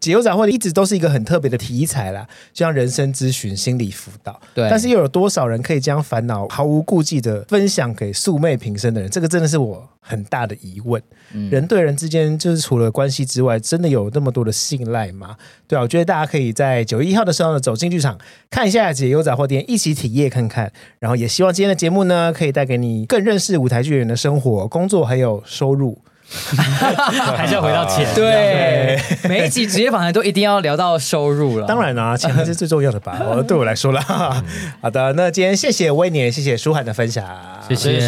解忧杂货店一直都是一个很特别的题材啦，就像人生咨询、心理辅导，对但是又有多少人可以将烦恼毫无顾忌的分享给素昧平生的人？这个真的是我很大的疑问。人对人之间，就是除了关系之外，真的有那么多的信赖吗？对啊，我觉得大家可以在九月一号的时候呢，走进剧场看一下解忧杂货店，一起体验看看。然后也希望今天的节目呢，可以带给你更认识舞台剧演员的生活、工作还有收入。还是要回到钱。对， 每一集职业访谈都一定要聊到收入了。当，然啦、啊钱还是最重要的 吧，哦我对我来说嗯啦。好的，那今天谢谢威廉，谢谢舒涵的分享，谢谢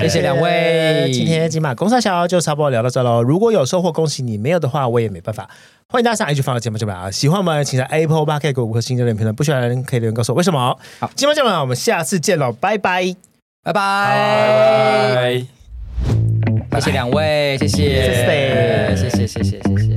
谢谢两位。今天金马公沙小就差不多聊到这喽。如果有收获，恭喜你；没有的话，我也没办法。欢迎大家上 H 放的节目这边啊！喜欢我们，请在 Apple p o d c a 给我五颗星留言评论；不喜欢的人可以留言告诉我为什么。好，金马这边我们下次见喽，拜拜。拜拜，拜。谢谢两位，谢谢，谢谢谢，谢谢，谢谢。